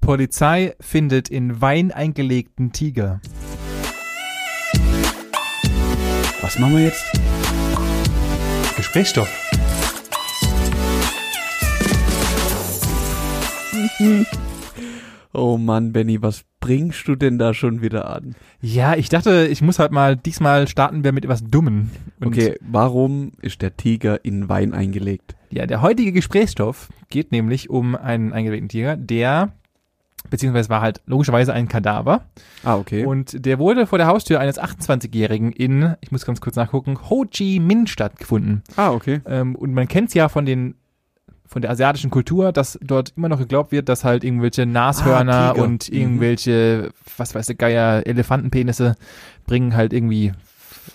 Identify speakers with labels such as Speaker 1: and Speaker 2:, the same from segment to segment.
Speaker 1: Polizei findet in Wein eingelegten Tiger.
Speaker 2: Was machen wir jetzt?
Speaker 3: Gesprächsstoff.
Speaker 2: Oh Mann, Benny, was bringst du denn da schon wieder an?
Speaker 1: Ja, ich dachte, ich muss halt mal, diesmal starten wir mit etwas Dummen. Und
Speaker 2: Okay, warum ist der Tiger in Wein eingelegt?
Speaker 1: Ja, der heutige Gesprächsstoff geht nämlich um einen eingelegten Tiger, der, beziehungsweise war halt logischerweise ein Kadaver.
Speaker 2: Ah, okay.
Speaker 1: Und der wurde vor der Haustür eines 28-Jährigen in, ich muss ganz kurz nachgucken, Ho Chi Minh Stadt gefunden.
Speaker 2: ah, okay.
Speaker 1: Ähm, und man kennt es ja von den von der asiatischen Kultur, dass dort immer noch geglaubt wird, dass halt irgendwelche
Speaker 2: Ah,
Speaker 1: Nashörner
Speaker 2: Tiger.
Speaker 1: und
Speaker 2: Mhm.
Speaker 1: irgendwelche, was weiß der Geier, Elefantenpenisse bringen halt irgendwie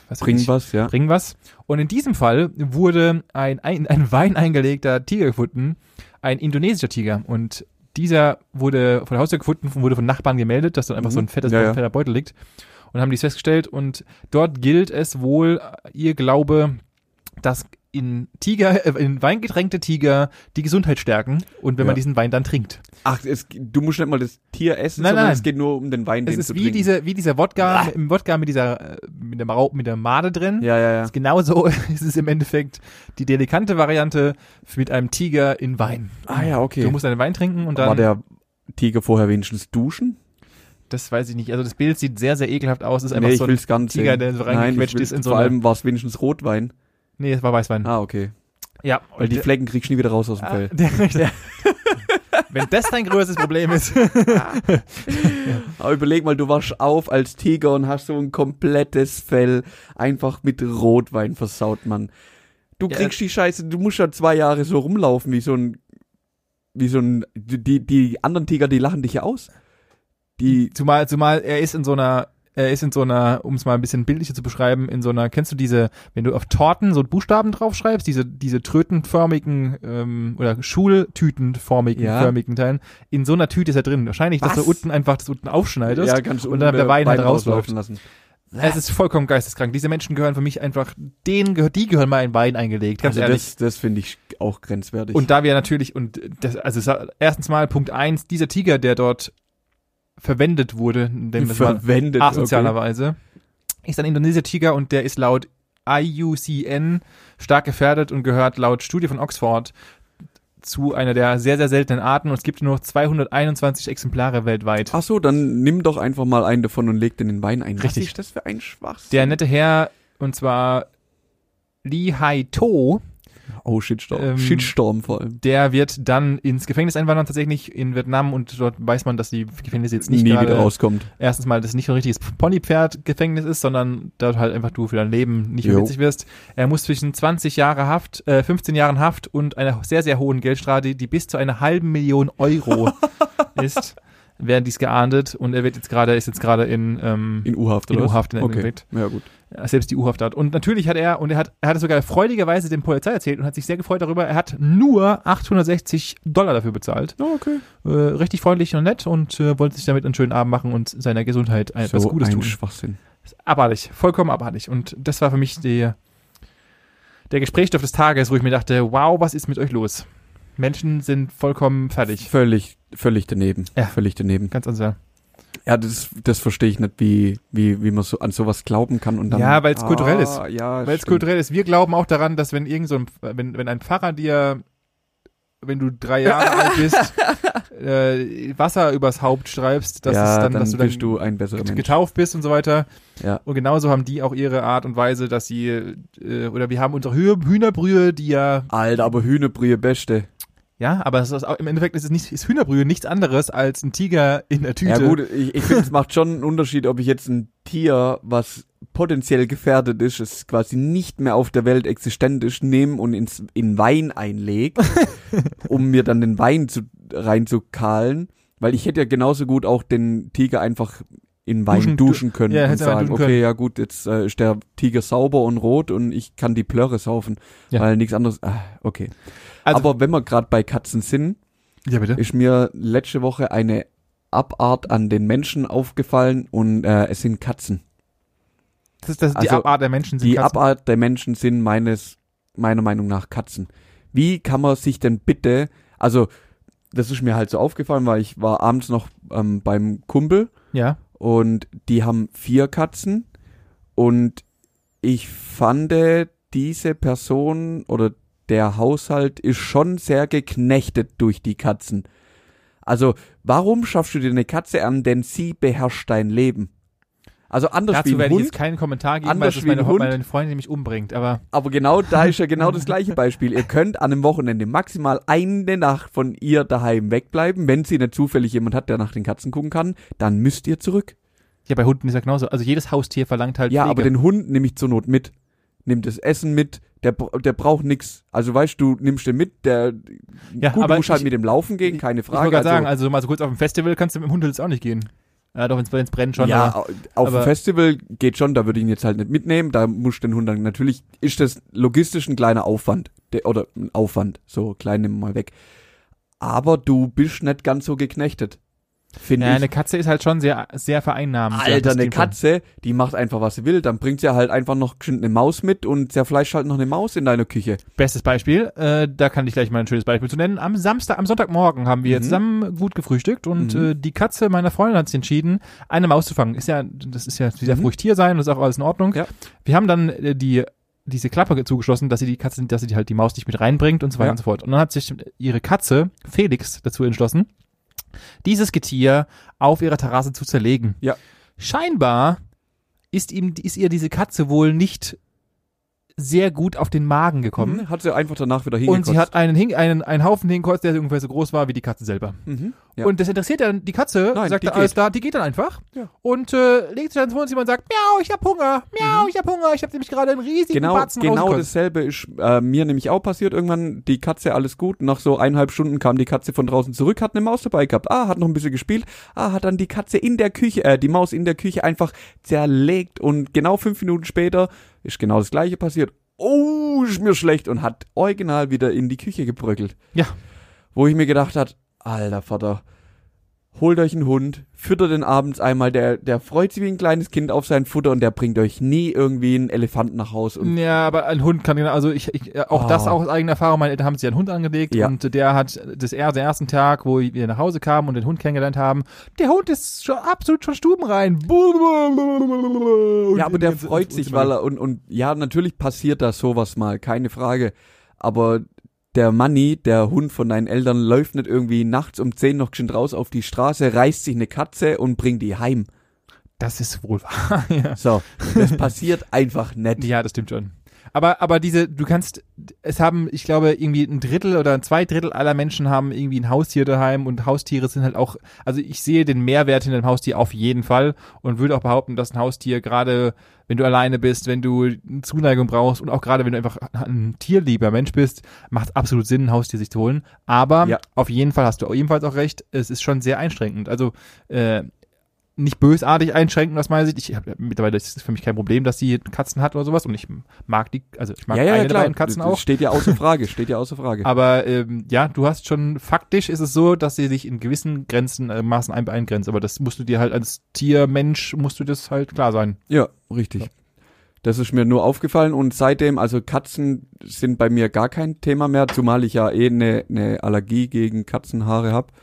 Speaker 1: was weiß
Speaker 2: Bring
Speaker 1: ich,
Speaker 2: was, ja.
Speaker 1: bringen was. Und in diesem Fall wurde ein, ein, ein Wein eingelegter Tiger gefunden, ein indonesischer Tiger. Und dieser wurde von der Haustür gefunden, wurde von Nachbarn gemeldet, dass dann einfach
Speaker 2: Mhm.
Speaker 1: so ein fettes,
Speaker 2: Ja, ja.
Speaker 1: fetter Beutel liegt. Und haben dies festgestellt. Und dort gilt es wohl, äh, ihr Glaube, dass in Tiger, äh, in Wein getränkte Tiger die Gesundheit stärken und wenn man
Speaker 2: Ja.
Speaker 1: diesen Wein dann trinkt.
Speaker 2: Ach, es, du musst nicht mal das Tier essen,
Speaker 1: Nein,
Speaker 2: sondern
Speaker 1: nein.
Speaker 2: es geht nur um den Wein,
Speaker 1: Es
Speaker 2: den
Speaker 1: ist
Speaker 2: zu
Speaker 1: wie,
Speaker 2: trinken. Ah.
Speaker 1: diese, wie dieser Wodka, im Wodka mit dieser, äh, mit der, Mara- mit der Made drin.
Speaker 2: Ja, ja, ja.
Speaker 1: Genauso ist genau es im Endeffekt die delikante Variante mit einem Tiger in Wein.
Speaker 2: Ah ja, okay.
Speaker 1: Du musst einen Wein trinken und
Speaker 2: War
Speaker 1: dann,
Speaker 2: der Tiger vorher wenigstens duschen?
Speaker 1: das weiß ich nicht, also das Bild sieht sehr, sehr ekelhaft aus. Es ist einfach
Speaker 2: nee, ich
Speaker 1: so ein,
Speaker 2: will's gar nicht
Speaker 1: Tiger,
Speaker 2: sehen.
Speaker 1: der so
Speaker 2: Nein, ich
Speaker 1: reingequetscht
Speaker 2: will's-
Speaker 1: ist in so
Speaker 2: vor
Speaker 1: eine-
Speaker 2: allem war es wenigstens Rotwein.
Speaker 1: nee, es war Weißwein.
Speaker 2: Ah, okay.
Speaker 1: Ja,
Speaker 2: Weil die
Speaker 1: und-
Speaker 2: Flecken kriegst du nie wieder raus aus dem
Speaker 1: ah,
Speaker 2: Fell.
Speaker 1: der, der, Wenn das dein größtes Problem ist.
Speaker 2: Aber überleg mal, du warst auf als Tiger und hast so ein komplettes Fell einfach mit Rotwein versaut, Mann. Du
Speaker 1: Ja.
Speaker 2: kriegst die Scheiße, du musst ja zwei Jahre so rumlaufen wie so ein, wie so ein, die, die anderen Tiger, die lachen dich ja aus. Die,
Speaker 1: Zumal, zumal er ist in so einer, er ist in so einer, um es mal ein bisschen bildlicher zu beschreiben, in so einer, kennst du diese, wenn du auf Torten so Buchstaben draufschreibst, diese, diese trötenförmigen ähm, oder schultütenförmigen
Speaker 2: Ja.
Speaker 1: förmigen Teilen, in so einer Tüte ist er drin. Wahrscheinlich, dass
Speaker 2: Was?
Speaker 1: du unten einfach das unten aufschneidest.
Speaker 2: kannst du
Speaker 1: und dann
Speaker 2: unten,
Speaker 1: der
Speaker 2: äh,
Speaker 1: Wein halt rausläuft.
Speaker 2: lassen.
Speaker 1: Es ist vollkommen geisteskrank. Diese Menschen gehören für mich einfach, denen gehört, die gehören mal in Wein eingelegt, ganz
Speaker 2: Also
Speaker 1: ehrlich.
Speaker 2: das, das finde ich auch grenzwertig.
Speaker 1: Und da wir natürlich, und das, also sa- erstens mal Punkt eins, dieser Tiger, der dort verwendet wurde, nennen wir es mal,
Speaker 2: verwendet.
Speaker 1: asozialerweise, ist ein indonesischer Tiger und der ist laut IUCN stark gefährdet und gehört laut Studie von Oxford zu einer der sehr, sehr seltenen Arten und es gibt nur noch 221 Exemplare weltweit.
Speaker 2: Ach so, dann nimm doch einfach mal einen davon und leg den in den Wein ein.
Speaker 1: Richtig.
Speaker 2: Was ist das für ein Schwachsinn?
Speaker 1: Der nette Herr, und zwar Li Hai To,
Speaker 2: oh, Shitstorm.
Speaker 1: Ähm,
Speaker 2: Shitstorm vor allem.
Speaker 1: der wird dann ins Gefängnis einwandern, tatsächlich in Vietnam und dort weiß man, dass die Gefängnisse jetzt nicht
Speaker 2: nie
Speaker 1: gerade
Speaker 2: wieder rauskommt.
Speaker 1: erstens mal das nicht so ein richtiges Ponypferd-Gefängnis ist, sondern dort halt einfach du für dein Leben nicht mehr
Speaker 2: Jo.
Speaker 1: witzig wirst. Er muss zwischen 20 Jahre Haft, äh, 15 Jahren Haft und einer sehr, sehr hohen Geldstrafe, die- die bis zu einer halben Million Euro ist, werden dies geahndet und er wird jetzt gerade, ist jetzt gerade in, ähm,
Speaker 2: In U-Haft,
Speaker 1: in
Speaker 2: oder? was?
Speaker 1: U-Haft in
Speaker 2: Okay.
Speaker 1: Endeffekt.
Speaker 2: Ja, gut.
Speaker 1: Ja, selbst die U-Haft hat. Und natürlich hat er, und er hat, er hat es sogar freudigerweise dem Polizei erzählt und hat sich sehr gefreut darüber, er hat nur 860 Dollar dafür bezahlt.
Speaker 2: Oh, okay.
Speaker 1: Äh, richtig freundlich und nett und äh, wollte sich damit einen schönen Abend machen und seiner Gesundheit
Speaker 2: Ah
Speaker 1: ein- etwas Gutes
Speaker 2: ein
Speaker 1: tun.
Speaker 2: Schwachsinn.
Speaker 1: abartig, vollkommen abartig. Und das war für mich die, der Gesprächsstoff des Tages, wo ich mir dachte, wow, was ist mit euch los? Menschen sind vollkommen fertig.
Speaker 2: Völlig, völlig daneben.
Speaker 1: Ja.
Speaker 2: Völlig daneben.
Speaker 1: Ganz anders.
Speaker 2: Ja, das, das verstehe ich nicht, wie, wie, wie man so an sowas glauben kann und dann. Ah,
Speaker 1: Ja, weil's kulturell ist.
Speaker 2: Ja,
Speaker 1: Weil es
Speaker 2: stimmt.
Speaker 1: kulturell ist. Wir glauben auch daran, dass wenn irgend so ein, wenn, wenn ein Pfarrer dir, wenn du drei Jahre alt bist, äh, Wasser übers Haupt streibst, dass
Speaker 2: ja,
Speaker 1: es dann,
Speaker 2: dann
Speaker 1: dass du dann
Speaker 2: bist du ein besserer Mensch.
Speaker 1: getauft bist und so weiter.
Speaker 2: Ja.
Speaker 1: Und genauso haben die auch ihre Art und Weise, dass sie, äh, oder wir haben unsere Hü- Hühnerbrühe, die ja
Speaker 2: Alter, aber Hühnerbrühe beste.
Speaker 1: Ja, aber es ist auch, im Endeffekt ist es nicht, ist Hühnerbrühe nichts anderes als ein Tiger in der Tüte.
Speaker 2: Ja gut, ich, ich finde, es macht schon einen Unterschied, ob ich jetzt ein Tier, was potenziell gefährdet ist, es quasi nicht mehr auf der Welt existent ist, nehme und ins, in Wein einlege, um mir dann den Wein zu, reinzukahlen. Weil ich hätte ja genauso gut auch den Tiger einfach in Wein
Speaker 1: Duschen-
Speaker 2: duschen, können
Speaker 1: ja,
Speaker 2: und
Speaker 1: hätte er
Speaker 2: sagen,
Speaker 1: duschen
Speaker 2: okay,
Speaker 1: können.
Speaker 2: ja gut, jetzt äh, ist der Tiger sauber und rot und ich kann die Plörre saufen,
Speaker 1: Ja.
Speaker 2: weil nichts anderes, ah, okay.
Speaker 1: Also-
Speaker 2: Aber wenn wir gerade bei Katzen sind,
Speaker 1: Ja, bitte.
Speaker 2: ist mir letzte Woche eine Abart an den Menschen aufgefallen und äh, es sind Katzen.
Speaker 1: Das ist, das ist die
Speaker 2: also,
Speaker 1: Abart der Menschen sind
Speaker 2: Die
Speaker 1: Katzen.
Speaker 2: Abart der Menschen sind meines meiner Meinung nach Katzen. Wie kann man sich denn bitte, also das ist mir halt so aufgefallen, weil ich war abends noch ähm, beim Kumpel
Speaker 1: Ja.
Speaker 2: und die haben vier Katzen und ich fand diese Person oder der Haushalt ist schon sehr geknechtet durch die Katzen. Also warum schaffst du dir eine Katze an, denn sie beherrscht dein Leben? Also anders wie
Speaker 1: Dazu
Speaker 2: ein
Speaker 1: werde ich
Speaker 2: Hund,
Speaker 1: jetzt keinen Kommentar geben, weil
Speaker 2: Anders
Speaker 1: das
Speaker 2: wie ein
Speaker 1: meine,
Speaker 2: Hund.
Speaker 1: meine Freundin mich umbringt. Aber
Speaker 2: aber genau da ist ja genau das gleiche Beispiel. Ihr könnt an einem Wochenende maximal eine Nacht von ihr daheim wegbleiben, wenn sie nicht zufällig jemand hat, der nach den Katzen gucken kann, dann müsst ihr zurück.
Speaker 1: ja, bei Hunden ist ja genauso. Also jedes Haustier verlangt halt
Speaker 2: Ja,
Speaker 1: Pflege.
Speaker 2: aber den Hund nehme ich zur Not mit. Nimm das Essen mit, der, br- der braucht nix. Also weißt du, nimmst den mit, der
Speaker 1: Ja,
Speaker 2: gut,
Speaker 1: aber
Speaker 2: du musst halt
Speaker 1: ich-
Speaker 2: mit dem Laufen gehen, keine
Speaker 1: ich wollte
Speaker 2: Frage.
Speaker 1: gerade sagen, also mal so kurz auf dem Festival kannst du mit dem Hund jetzt auch nicht gehen. Ja, doch, wenn es brennt schon.
Speaker 2: ja,
Speaker 1: aber-
Speaker 2: au- auf
Speaker 1: aber-
Speaker 2: dem Festival geht schon, da würde ich ihn jetzt halt nicht mitnehmen, da musst du den Hund dann natürlich ist das logistisch ein kleiner Aufwand der, oder ein Aufwand, so klein nimm mal weg. Aber du bist nicht ganz so geknechtet. Finde
Speaker 1: ja,
Speaker 2: ich.
Speaker 1: eine Katze ist halt schon sehr, sehr vereinnahmend.
Speaker 2: Alter,
Speaker 1: Das
Speaker 2: eine
Speaker 1: klingt schon.
Speaker 2: Katze, die macht einfach, was sie will, dann bringt sie halt einfach noch geschwind eine Maus mit und zerfleischt halt noch eine Maus in deiner Küche.
Speaker 1: Bestes Beispiel, äh, da kann ich gleich mal ein schönes Beispiel zu nennen. Am Samstag, am Sonntagmorgen haben wir
Speaker 2: Mhm.
Speaker 1: zusammen gut gefrühstückt und
Speaker 2: Mhm.
Speaker 1: äh, die Katze meiner Freundin hat sich entschieden, eine Maus zu fangen. Ist ja, das ist ja, sie darf
Speaker 2: Mhm.
Speaker 1: ruhig Tier sein, das ist auch alles in Ordnung.
Speaker 2: Ja.
Speaker 1: Wir haben dann äh, die diese Klappe zugeschlossen, dass sie die Katze, dass sie die halt die Maus nicht mit reinbringt und so weiter
Speaker 2: Ja.
Speaker 1: und so fort. Und dann hat sich ihre Katze Felix dazu entschlossen, dieses Getier auf ihrer Terrasse zu zerlegen.
Speaker 2: Ja.
Speaker 1: Scheinbar ist ihm ist ihr diese Katze wohl nicht sehr gut auf den Magen gekommen.
Speaker 2: Mhm, Hat sie einfach danach wieder
Speaker 1: Und
Speaker 2: hingekotzt.
Speaker 1: sie hat einen, Hing, einen, einen Haufen hingekotzt, der ungefähr so groß war wie die Katze selber.
Speaker 2: Mhm. Ja.
Speaker 1: Und das interessiert dann die Katze,
Speaker 2: Nein,
Speaker 1: sagt
Speaker 2: die
Speaker 1: dann alles
Speaker 2: geht.
Speaker 1: da, die geht dann einfach
Speaker 2: Ja.
Speaker 1: und äh, legt sich dann vor uns jemand und sagt, miau, ich hab Hunger, miau, ich hab Hunger, ich hab nämlich gerade einen riesigen
Speaker 2: Mhm. Genau,
Speaker 1: Batzen
Speaker 2: genau
Speaker 1: rausgekotzt."
Speaker 2: dasselbe ist äh, mir nämlich auch passiert. Irgendwann die Katze alles gut. Nach so eineinhalb Stunden kam die Katze von draußen zurück, hat eine Maus dabei gehabt. Ah, hat noch ein bisschen gespielt. Ah, hat dann die Katze in der Küche, äh, die Maus in der Küche einfach zerlegt. Und genau fünf Minuten später ist genau das gleiche passiert. Oh, ist mir schlecht. Und hat original wieder in die Küche gebröckelt.
Speaker 1: Ja.
Speaker 2: Wo ich mir gedacht hat, alter Vater, holt euch einen Hund, füttert den abends einmal, der, der freut sich wie ein kleines Kind auf sein Futter und der bringt euch nie irgendwie einen Elefant nach Haus und
Speaker 1: Ja, aber ein Hund kann, genau- also ich, ich äh, auch
Speaker 2: Ah.
Speaker 1: das auch aus eigener Erfahrung, meine Eltern haben sich einen Hund angelegt
Speaker 2: Ja.
Speaker 1: und der hat das er, den ersten Tag, wo wir nach Hause kamen und den Hund kennengelernt haben, der Hund ist schon absolut schon stubenrein.
Speaker 2: Ja, aber der freut sich, weil
Speaker 1: er
Speaker 2: er und, und ja, natürlich passiert da sowas mal, keine Frage. Aber der Manni, der Hund von deinen Eltern, läuft nicht irgendwie nachts um 10 noch geschwind raus auf die Straße, reißt sich eine Katze und bringt die heim.
Speaker 1: Das ist wohl wahr, ja.
Speaker 2: So, das passiert einfach nicht.
Speaker 1: Ja, das stimmt schon. Aber, aber diese, du kannst, es haben, ich glaube, irgendwie ein Drittel oder ein Zweidrittel aller Menschen haben irgendwie ein Haustier daheim und Haustiere sind halt auch, also ich sehe den Mehrwert in einem Haustier auf jeden Fall und würde auch behaupten, dass ein Haustier gerade, wenn du alleine bist, wenn du Zuneigung brauchst und auch gerade, wenn du einfach ein tierlieber Mensch bist, macht es absolut Sinn, ein Haustier sich zu holen. Aber
Speaker 2: Ja.
Speaker 1: auf jeden Fall hast du ebenfalls auch recht, es ist schon sehr einschränkend. Also, äh, nicht bösartig einschränken, das meine ich. Ich habe mittlerweile ist es für mich kein Problem, dass sie Katzen hat oder sowas und ich mag die, also ich mag eine der beiden Katzen
Speaker 2: Das- das
Speaker 1: auch.
Speaker 2: Steht ja außer Frage, steht ja außer Frage.
Speaker 1: Aber ähm, ja, du hast schon faktisch ist es so, dass sie sich in gewissen Grenzen äh, Maßen ein- eingrenzt, aber das musst du dir halt als Tiermensch musst du das halt klar sein.
Speaker 2: Ja, richtig.
Speaker 1: Ja.
Speaker 2: Das ist mir nur aufgefallen und seitdem, also Katzen sind bei mir gar kein Thema mehr, zumal ich ja eh eine ne Allergie gegen Katzenhaare habe.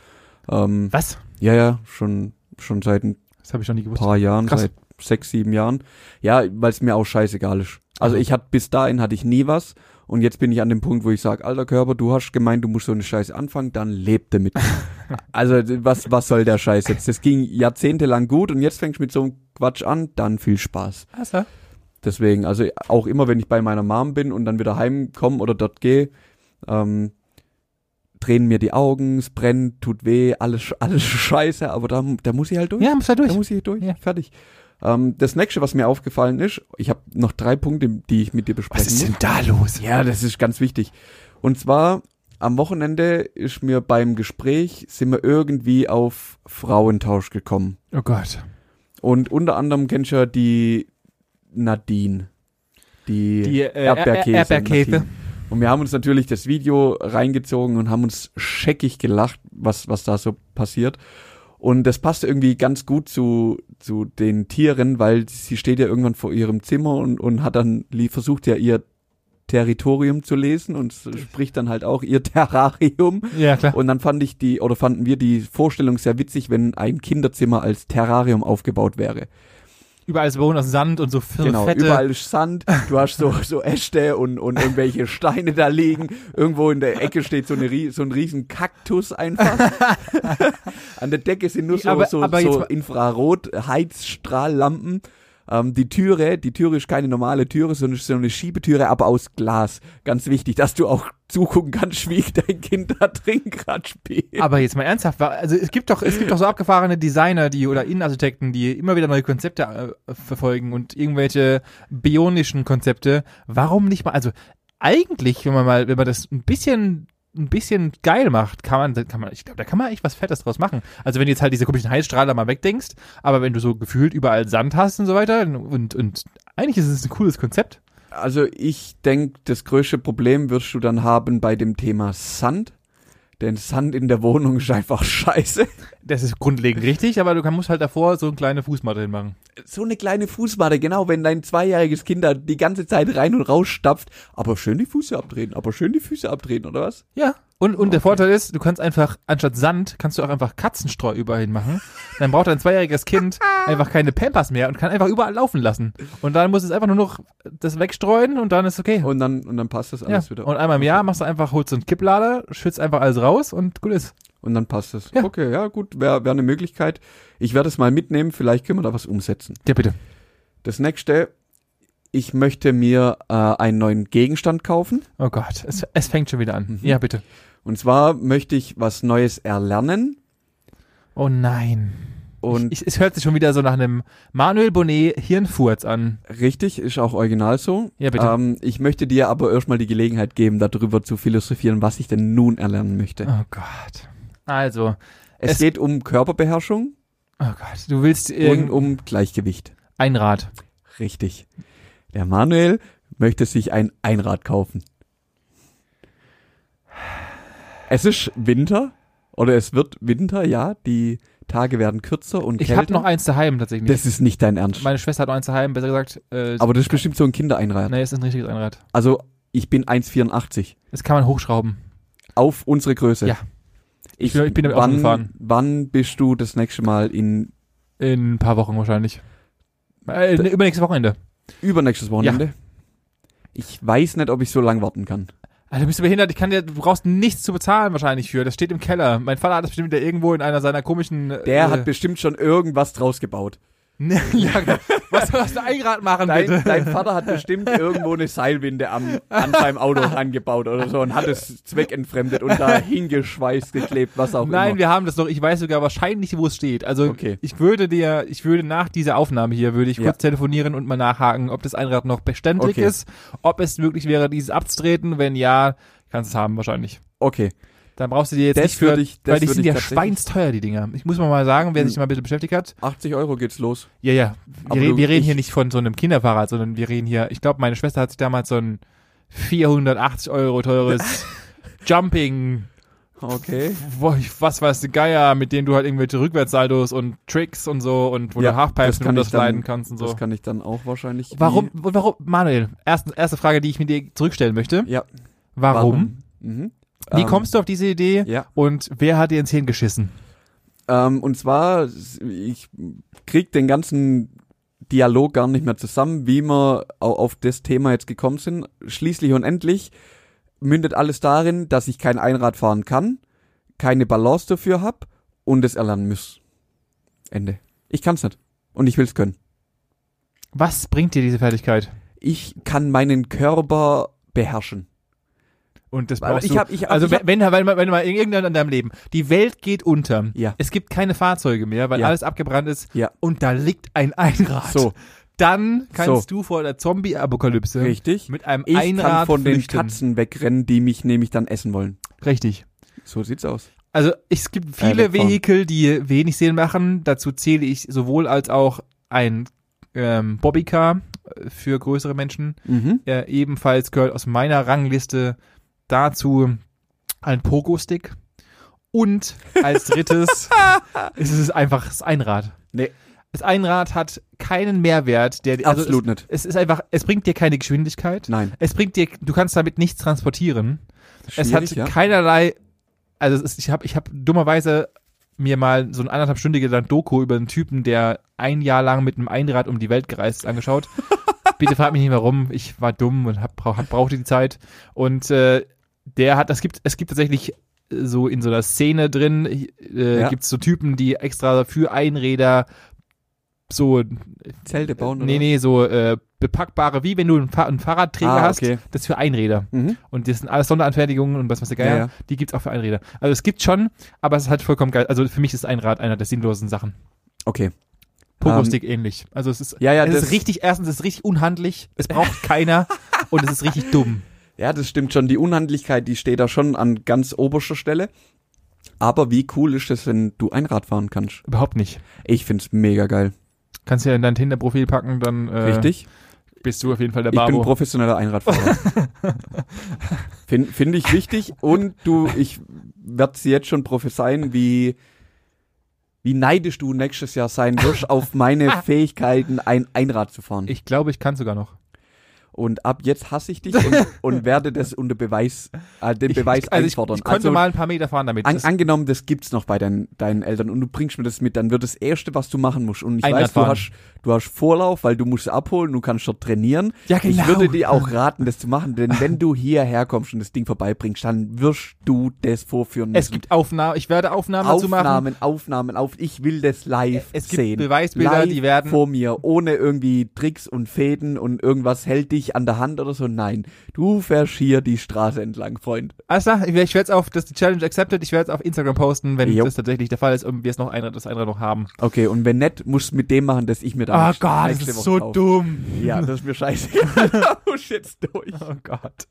Speaker 2: Ähm,
Speaker 1: Was?
Speaker 2: ja, ja, schon, schon seit ein
Speaker 1: Das habe ich noch nie gewusst.
Speaker 2: paar Jahren,
Speaker 1: Krass.
Speaker 2: seit sechs, sieben Jahren. Ja, weil es mir auch scheißegal ist. Also
Speaker 1: Mhm.
Speaker 2: ich hatte bis dahin hatte ich nie was und jetzt bin ich an dem Punkt, wo ich sage, alter Körper, du hast gemeint, du musst so eine Scheiße anfangen, dann leb damit. also was, was soll der Scheiß jetzt? Das ging jahrzehntelang gut und jetzt fängst du mit so einem Quatsch an, dann viel Spaß.
Speaker 1: Also,
Speaker 2: Deswegen, also auch immer, wenn ich bei meiner Mom bin und dann wieder heimkomme oder dort gehe, ähm, drehen mir die Augen, es brennt, tut weh, alles, alles scheiße, aber da, da muss ich halt durch.
Speaker 1: ja, muss halt
Speaker 2: Da
Speaker 1: durch.
Speaker 2: muss ich durch.
Speaker 1: Ja.
Speaker 2: Fertig. Ähm, das nächste, was mir aufgefallen ist, ich habe noch drei Punkte, die ich mit dir besprechen muss.
Speaker 1: da los?
Speaker 2: Ja, das ist ganz wichtig. Und zwar am Wochenende ist mir beim Gespräch, sind wir irgendwie auf Frauentausch gekommen.
Speaker 1: Oh Gott.
Speaker 2: Und unter anderem kennst du ja die Nadine. Die,
Speaker 1: Die, äh,
Speaker 2: Erdbeerkäse.
Speaker 1: Er- Erdbeerkäse.
Speaker 2: Nadine. Und wir haben uns natürlich das Video reingezogen und haben uns scheckig gelacht, was, was da so passiert. Und das passt irgendwie ganz gut zu, zu den Tieren, weil sie steht ja irgendwann vor ihrem Zimmer und, und hat dann, lie- versucht ja ihr Territorium zu lesen und s- spricht dann halt auch ihr Terrarium.
Speaker 1: Ja, klar.
Speaker 2: Und dann fand ich die, oder fanden wir die Vorstellung sehr witzig, wenn ein Kinderzimmer als Terrarium aufgebaut wäre.
Speaker 1: Überall ist Boden aus Sand und so f-
Speaker 2: Genau,
Speaker 1: fette.
Speaker 2: überall ist Sand, du hast so, so Äste und, und irgendwelche Steine da liegen. Irgendwo in der Ecke steht so, eine, rie- so ein riesen Kaktus einfach. An der Decke sind nur so,
Speaker 1: Aber-
Speaker 2: so,
Speaker 1: aber jetzt
Speaker 2: so
Speaker 1: mal-
Speaker 2: Infrarot-Heizstrahllampen. Ähm, die Türe, die Türe ist keine normale Türe, sondern ist so eine Schiebetüre, aber aus Glas. Ganz wichtig, dass du auch zugucken kannst, wie dein Kind da drin gerade spielt.
Speaker 1: Aber jetzt mal ernsthaft, wa- also es gibt doch, es gibt doch so abgefahrene Designer, die oder Innenarchitekten, die immer wieder neue Konzepte äh, verfolgen und irgendwelche bionischen Konzepte. Warum nicht mal? Also eigentlich, wenn man mal, wenn man das ein bisschen ein bisschen geil macht, kann man, kann man, ich glaube, da kann man echt was Fettes draus machen. Also wenn du jetzt halt diese komischen Heizstrahler mal wegdenkst, aber wenn du so gefühlt überall Sand hast und so weiter und, und eigentlich ist es ein cooles Konzept.
Speaker 2: Also ich denke, das größte Problem wirst du dann haben bei dem Thema Sand. Denn Sand in der Wohnung ist einfach scheiße.
Speaker 1: Das ist grundlegend richtig, aber du kann- musst halt davor so eine kleine Fußmatte hinmachen.
Speaker 2: So eine kleine Fußmatte, genau, wenn dein zweijähriges Kind da die ganze Zeit rein und raus stapft. Aber schön die Füße abdrehen, aber schön die Füße abdrehen, oder was?
Speaker 1: Ja. Und, und der Vorteil ist, du kannst einfach, anstatt Sand, kannst du auch einfach Katzenstreu überall hin machen. Dann braucht dein zweijähriges Kind einfach keine Pampers mehr und kann einfach überall laufen lassen. Und dann muss es einfach nur noch das wegstreuen und dann ist okay.
Speaker 2: Und dann, und dann passt das
Speaker 1: ja.
Speaker 2: alles wieder.
Speaker 1: Und einmal im Jahr machst du einfach, holst so einen Kipplader, schützt einfach alles raus und gut ist.
Speaker 2: Und dann passt das.
Speaker 1: Ja.
Speaker 2: Okay, ja, gut, wäre wär eine Möglichkeit. Ich werde es mal mitnehmen, vielleicht können wir da was umsetzen.
Speaker 1: Ja, bitte.
Speaker 2: Das nächste, ich möchte mir äh, einen neuen Gegenstand kaufen.
Speaker 1: Oh Gott, es, es fängt schon wieder an.
Speaker 2: Mhm.
Speaker 1: Ja, bitte.
Speaker 2: Und zwar möchte ich was Neues erlernen.
Speaker 1: Oh nein.
Speaker 2: Und
Speaker 1: Ich, es hört sich schon wieder so nach einem Manuel Bonnet Hirnfurz an.
Speaker 2: Richtig, ist auch original so.
Speaker 1: Ja, bitte.
Speaker 2: Ähm, ich möchte dir aber erstmal die Gelegenheit geben, darüber zu philosophieren, was ich denn nun erlernen möchte.
Speaker 1: Oh Gott. Also,
Speaker 2: Es,
Speaker 1: Es-
Speaker 2: geht um Körperbeherrschung
Speaker 1: oh Gott, du willst
Speaker 2: und
Speaker 1: irgendein
Speaker 2: um Gleichgewicht.
Speaker 1: Einrad.
Speaker 2: Richtig. Der Manuel möchte sich ein Einrad kaufen. Es ist Winter oder es wird Winter, ja. Die Tage werden kürzer und
Speaker 1: Ich
Speaker 2: kälter.
Speaker 1: habe noch eins daheim tatsächlich.
Speaker 2: das ist nicht dein Ernst.
Speaker 1: Meine Schwester hat noch eins daheim, besser gesagt. Äh,
Speaker 2: Aber das ist bestimmt so ein Kindereinrad.
Speaker 1: nee, es ist ein richtiges Einrad.
Speaker 2: Also ich bin 1,84.
Speaker 1: Das kann man hochschrauben.
Speaker 2: auf unsere Größe.
Speaker 1: Ja. Ich bin- ich bin damit auch
Speaker 2: wann,
Speaker 1: schon gefahren.
Speaker 2: Wann bist du das nächste Mal in
Speaker 1: In ein paar Wochen wahrscheinlich. Äh, ne, übernächstes Wochenende.
Speaker 2: übernächstes Wochenende? Ich weiß nicht, ob ich so lang warten kann.
Speaker 1: Alter, bist du behindert? Ich kann dir, du brauchst nichts zu bezahlen wahrscheinlich für. Das steht im Keller. Mein Vater hat das bestimmt wieder irgendwo in einer seiner komischen. äh,
Speaker 2: Der hat bestimmt schon irgendwas draus gebaut.
Speaker 1: Ne, ja, genau. was sollst du Einrad machen,
Speaker 2: Dein,
Speaker 1: bitte?
Speaker 2: dein Vater hat bestimmt irgendwo eine Seilwinde am, an seinem Auto angebaut oder so und hat es zweckentfremdet und da hingeschweißt, geklebt, was auch
Speaker 1: Nein,
Speaker 2: immer.
Speaker 1: wir haben das noch. Ich weiß sogar wahrscheinlich, wo es steht. Also
Speaker 2: Okay.
Speaker 1: ich würde dir, ich würde nach dieser Aufnahme hier, würde ich
Speaker 2: Ja.
Speaker 1: kurz telefonieren und mal nachhaken, ob das Einrad noch beständig
Speaker 2: Okay.
Speaker 1: ist, ob es möglich wäre, dieses abzutreten. Wenn ja, kannst du es haben wahrscheinlich.
Speaker 2: Okay,
Speaker 1: Dann brauchst du dir jetzt
Speaker 2: Das
Speaker 1: nicht für,
Speaker 2: würde ich- das
Speaker 1: weil die
Speaker 2: würde
Speaker 1: sind
Speaker 2: ich
Speaker 1: ja
Speaker 2: tatsächlich-
Speaker 1: schweinsteuer, die Dinger. Ich muss mal mal sagen, wer
Speaker 2: Hm.
Speaker 1: sich mal ein bisschen beschäftigt hat.
Speaker 2: 80 Euro geht's los.
Speaker 1: Ja, ja.
Speaker 2: Aber
Speaker 1: Wir, reden-
Speaker 2: du-
Speaker 1: wir reden
Speaker 2: ich-
Speaker 1: hier nicht von so einem Kinderfahrrad, sondern wir reden hier, ich glaube, meine Schwester hat sich damals so ein 480 Euro teures Jumping
Speaker 2: Okay.
Speaker 1: Boah, ich- was weiß der Geier, mit denen du halt irgendwelche Rückwärtssaldos und Tricks und so und wo
Speaker 2: Ja,
Speaker 1: du Halfpipes
Speaker 2: das kann
Speaker 1: und
Speaker 2: ich dann-
Speaker 1: sliden kannst und so.
Speaker 2: Das kann ich dann auch wahrscheinlich.
Speaker 1: Warum, und warum, Manuel, erste, erste Frage, die ich mit dir zurückstellen möchte.
Speaker 2: Ja.
Speaker 1: Warum?
Speaker 2: Mhm.
Speaker 1: Wie
Speaker 2: Ähm,
Speaker 1: kommst du auf diese Idee
Speaker 2: Ja.
Speaker 1: und wer hat dir ins Hirn geschissen?
Speaker 2: Ähm, und zwar, ich krieg den ganzen Dialog gar nicht mehr zusammen, wie wir au- auf das Thema jetzt gekommen sind. Schließlich und endlich mündet alles darin, dass ich kein Einrad fahren kann, keine Balance dafür hab und es erlernen muss. Ende. Ich kann's nicht. Und ich will's können.
Speaker 1: Was bringt dir diese Fertigkeit?
Speaker 2: Ich kann meinen Körper beherrschen.
Speaker 1: Und das
Speaker 2: Aber
Speaker 1: brauchst
Speaker 2: ich
Speaker 1: du.
Speaker 2: hab, ich, hab-
Speaker 1: also
Speaker 2: ich hab,
Speaker 1: wenn, wenn, wenn, mal- wenn mal irgendwann in deinem Leben, die Welt geht unter.
Speaker 2: Ja.
Speaker 1: Es gibt keine Fahrzeuge mehr, weil
Speaker 2: Ja.
Speaker 1: alles abgebrannt ist.
Speaker 2: Ja.
Speaker 1: Und da liegt ein Einrad.
Speaker 2: so,
Speaker 1: Dann kannst
Speaker 2: So.
Speaker 1: du vor der Zombie-Apokalypse
Speaker 2: richtig.
Speaker 1: mit einem
Speaker 2: Ich
Speaker 1: Einrad
Speaker 2: kann von den
Speaker 1: flüchten.
Speaker 2: Katzen wegrennen, die mich nämlich dann essen wollen.
Speaker 1: Richtig.
Speaker 2: So sieht's aus.
Speaker 1: Also es
Speaker 2: Äh,
Speaker 1: gibt viele
Speaker 2: wegfahren.
Speaker 1: Vehikel, die wenig Sinn machen. Dazu zähle ich sowohl als auch ein ähm, Bobbycar äh, für größere Menschen.
Speaker 2: Mhm.
Speaker 1: Äh, ebenfalls gehört aus meiner Rangliste dazu ein Pogo-Stick. Und als drittes ist es einfach das Einrad.
Speaker 2: Nee.
Speaker 1: Das Einrad hat keinen Mehrwert. Der, also
Speaker 2: Absolut nicht.
Speaker 1: Es, es ist einfach, es bringt dir keine Geschwindigkeit.
Speaker 2: Nein.
Speaker 1: Es bringt dir, du kannst damit nichts transportieren. es hat
Speaker 2: Schwierig, ja.
Speaker 1: keinerlei, also es ist, ich habe ich hab dummerweise mir mal so eine anderthalbstündige dann Doku über einen Typen, der ein Jahr lang mit einem Einrad um die Welt gereist ist, angeschaut. Bitte frag mich nicht warum. Ich war dumm und hab, brauch, hab, brauchte die Zeit. Und äh, der hat, es gibt, es gibt tatsächlich äh, so in so einer Szene drin, äh,
Speaker 2: Ja.
Speaker 1: gibt's so Typen, die extra für Einräder so
Speaker 2: Zelte bauen
Speaker 1: Nee, nee, so äh, bepackbare, wie wenn du einen, Fa einen Fahrradträger
Speaker 2: Ah,
Speaker 1: hast,
Speaker 2: okay.
Speaker 1: das ist für Einräder.
Speaker 2: Mhm.
Speaker 1: Und das sind alles Sonderanfertigungen und was weiß ich,
Speaker 2: Ja,
Speaker 1: ja,
Speaker 2: ja.
Speaker 1: die gibt's auch für Einräder. Also es gibt schon, aber es ist halt vollkommen geil. Also für mich ist ein Rad einer der sinnlosen Sachen.
Speaker 2: Okay.
Speaker 1: Pogo-Stick ähnlich. Also es ist,
Speaker 2: Ähm, Ja, ja,
Speaker 1: es
Speaker 2: das,
Speaker 1: ist richtig, erstens, es ist richtig unhandlich, es braucht keiner und es ist richtig dumm.
Speaker 2: ja, das stimmt schon. Die Unhandlichkeit, die steht da schon an ganz oberster Stelle. Aber wie cool ist es, wenn du Einrad fahren kannst?
Speaker 1: Überhaupt nicht.
Speaker 2: Ich find's mega geil.
Speaker 1: Kannst du ja in dein Tinder-Profil packen, dann äh,
Speaker 2: Richtig?
Speaker 1: bist du auf jeden Fall der
Speaker 2: Ich bin
Speaker 1: Babo.
Speaker 2: professioneller Einradfahrer. Finde find ich wichtig und du, ich werd's jetzt schon prophezeien, wie, wie neidisch du nächstes Jahr sein wirst auf meine Fähigkeiten, ein Einrad zu fahren.
Speaker 1: Ich glaube, ich kann sogar noch.
Speaker 2: Und ab jetzt hasse ich dich und, und werde das unter Beweis, äh, den Beweis
Speaker 1: ich, also ich,
Speaker 2: einfordern.
Speaker 1: ich konnte
Speaker 2: also,
Speaker 1: mal ein paar Meter fahren damit.
Speaker 2: an,
Speaker 1: Das-
Speaker 2: angenommen, das gibt's noch bei deinen, deinen Eltern und du bringst mir das mit, dann wird das Erste, was du machen musst. Und ich
Speaker 1: Einrad
Speaker 2: weiß, du
Speaker 1: fahren.
Speaker 2: hast, du hast Vorlauf, weil du musst es abholen, du kannst dort trainieren.
Speaker 1: Ja,
Speaker 2: Ich
Speaker 1: genau.
Speaker 2: würde dir auch raten, das zu machen, denn wenn du hierher kommst und das Ding vorbeibringst, dann wirst du das vorführen müssen.
Speaker 1: es gibt Aufnahmen, ich werde Aufnahmen dazu machen.
Speaker 2: Aufnahmen, Aufnahmen, auf. Ich will das live
Speaker 1: Es gibt
Speaker 2: sehen.
Speaker 1: Beweisbilder,
Speaker 2: live
Speaker 1: die werden-
Speaker 2: vor mir, ohne irgendwie Tricks und Fäden und irgendwas hält dich an der Hand oder so. Nein, du fährst hier die Straße entlang, Freund.
Speaker 1: Alles klar, ich werde es auf, dass die Challenge accepted, ich werde es auf Instagram posten, wenn
Speaker 2: Jo.
Speaker 1: das tatsächlich der Fall ist und wir es noch ein, das andere noch haben.
Speaker 2: Okay, und wenn nicht, musst du mit dem machen, das ich mir
Speaker 1: Ah,
Speaker 2: dann nächste- nächste Woche kaufe.
Speaker 1: dumm.
Speaker 2: Ja, das ist mir scheißegal. Da muss ich jetzt durch.
Speaker 1: Oh Gott.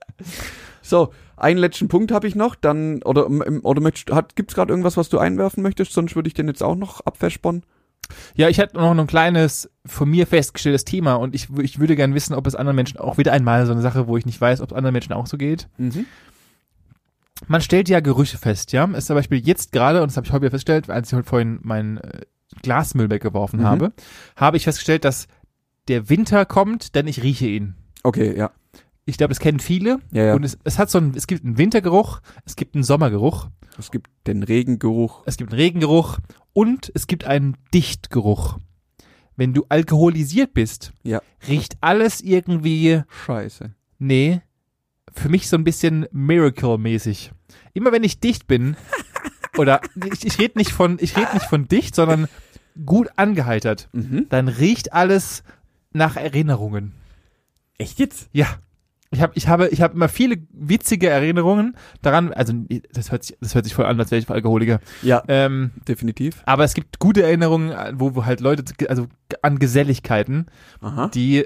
Speaker 2: So, einen letzten Punkt habe ich noch, dann oder m- oder möchtest, hat gibt's gerade irgendwas, was du einwerfen möchtest, sonst würde ich den jetzt auch noch abversponnen.
Speaker 1: Ja, ich hätte noch ein kleines, von mir festgestelltes Thema und ich, w- ich würde gerne wissen, ob es anderen Menschen auch wieder einmal so eine Sache, wo ich nicht weiß, ob es anderen Menschen auch so geht. Man stellt ja Gerüche fest, ja. Ist zum Beispiel jetzt gerade, und das habe ich heute wieder festgestellt, als ich heute vorhin meinen äh, Glasmüll weggeworfen
Speaker 2: Mhm.
Speaker 1: habe, habe ich festgestellt, dass der Winter kommt, denn ich rieche ihn.
Speaker 2: Okay, ja.
Speaker 1: Ich glaube, das kennen viele.
Speaker 2: Ja, ja.
Speaker 1: Und es, es hat so ein, es gibt einen Wintergeruch, es gibt einen Sommergeruch,
Speaker 2: es gibt den Regengeruch.
Speaker 1: es gibt einen Regengeruch und es gibt einen Dichtgeruch. Wenn du alkoholisiert bist,
Speaker 2: Ja.
Speaker 1: riecht alles irgendwie,
Speaker 2: Scheiße.
Speaker 1: nee, für mich so ein bisschen Miracle-mäßig. Immer wenn ich dicht bin, oder ich, ich rede nicht von, ich rede nicht von dicht, sondern gut angeheitert,
Speaker 2: Mhm.
Speaker 1: dann riecht alles nach Erinnerungen.
Speaker 2: Echt jetzt?
Speaker 1: Ja. Ich, hab, ich, habe, ich habe immer viele witzige Erinnerungen daran, also das hört sich, das hört sich voll an, als wäre ich Alkoholiker.
Speaker 2: Ja,
Speaker 1: Ähm,
Speaker 2: definitiv.
Speaker 1: aber es gibt gute Erinnerungen, wo, wo halt Leute, also an Geselligkeiten,
Speaker 2: Aha.
Speaker 1: die,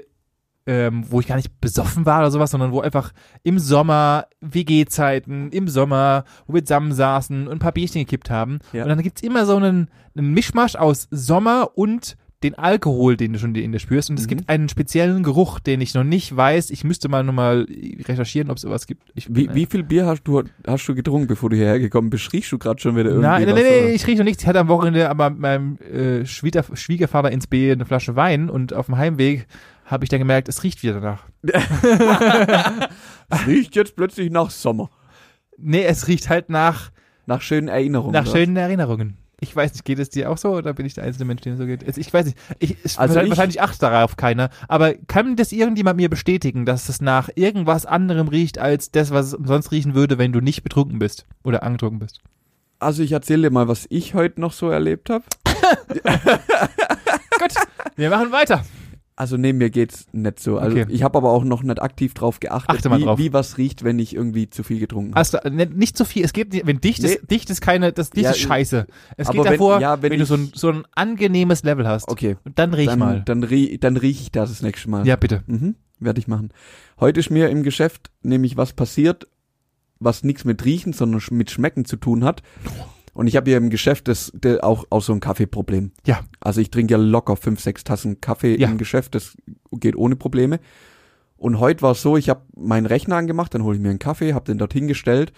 Speaker 1: ähm, wo ich gar nicht besoffen war oder sowas, sondern wo einfach im Sommer, WG-Zeiten, im Sommer, wo wir zusammen saßen und ein paar Bierchen gekippt haben.
Speaker 2: Ja.
Speaker 1: Und dann gibt's immer so einen, einen Mischmasch aus Sommer und den Alkohol, den du schon in dir spürst. Und es
Speaker 2: Mhm.
Speaker 1: gibt einen speziellen Geruch, den ich noch nicht weiß. Ich müsste mal nochmal recherchieren, ob es sowas gibt. Ich,
Speaker 2: Wie, wie viel Bier hast du hast du getrunken, bevor du hierher gekommen bist? Riechst du gerade schon wieder irgendwie
Speaker 1: Nein, nein,
Speaker 2: was?
Speaker 1: nein,
Speaker 2: oder?
Speaker 1: ich rieche noch nichts. Ich hatte am Wochenende aber mit meinem äh, Schwieger, Schwiegervater ins B eine Flasche Wein und auf dem Heimweg habe ich dann gemerkt, es riecht wieder danach.
Speaker 2: Es riecht jetzt plötzlich nach Sommer,
Speaker 1: Nee, es riecht halt nach,
Speaker 2: nach schönen Erinnerungen.
Speaker 1: nach
Speaker 2: oder?
Speaker 1: schönen Erinnerungen. Ich weiß nicht, geht es dir auch so oder bin ich der einzelne Mensch, dem es so geht? Also Ich weiß nicht. Ich, ich,
Speaker 2: Also
Speaker 1: wahrscheinlich,
Speaker 2: ich-
Speaker 1: wahrscheinlich acht darauf keiner. Aber kann das irgendjemand mir bestätigen, dass es nach irgendwas anderem riecht, als das, was es sonst riechen würde, wenn du nicht betrunken bist oder angetrunken bist?
Speaker 2: Also ich erzähle dir mal, was ich heute noch so erlebt habe.
Speaker 1: Wir machen weiter.
Speaker 2: Also nee, mir geht's nicht so. Also
Speaker 1: Okay.
Speaker 2: ich habe aber auch noch nicht aktiv drauf geachtet,
Speaker 1: Achte mal
Speaker 2: wie,
Speaker 1: drauf.
Speaker 2: wie was riecht, wenn ich irgendwie zu viel getrunken habe.
Speaker 1: Also, ne- nicht zu viel. Es geht nicht, wenn dicht
Speaker 2: Nee.
Speaker 1: ist, dicht ist keine, das dicht
Speaker 2: Ja,
Speaker 1: ist scheiße. Es
Speaker 2: aber
Speaker 1: geht
Speaker 2: wenn-
Speaker 1: davor, wenn,
Speaker 2: ja, wenn
Speaker 1: du so ein,
Speaker 2: ich-
Speaker 1: so ein angenehmes Level hast.
Speaker 2: Okay,
Speaker 1: Und dann riech
Speaker 2: dann,
Speaker 1: mal.
Speaker 2: dann, rie dann riech ich das das nächste Mal.
Speaker 1: Ja, bitte.
Speaker 2: Mhm, werde ich machen. Heute ist mir im Geschäft nämlich was passiert, was nichts mit Riechen, sondern sch mit Schmecken zu tun hat. Und ich habe hier im Geschäft das, der, auch, auch so ein Kaffeeproblem.
Speaker 1: Ja.
Speaker 2: Also ich trinke ja locker fünf, sechs Tassen Kaffee
Speaker 1: Ja.
Speaker 2: im Geschäft, das geht ohne Probleme. Und heute war es so, ich habe meinen Rechner angemacht, dann hole ich mir einen Kaffee, habe den dort hingestellt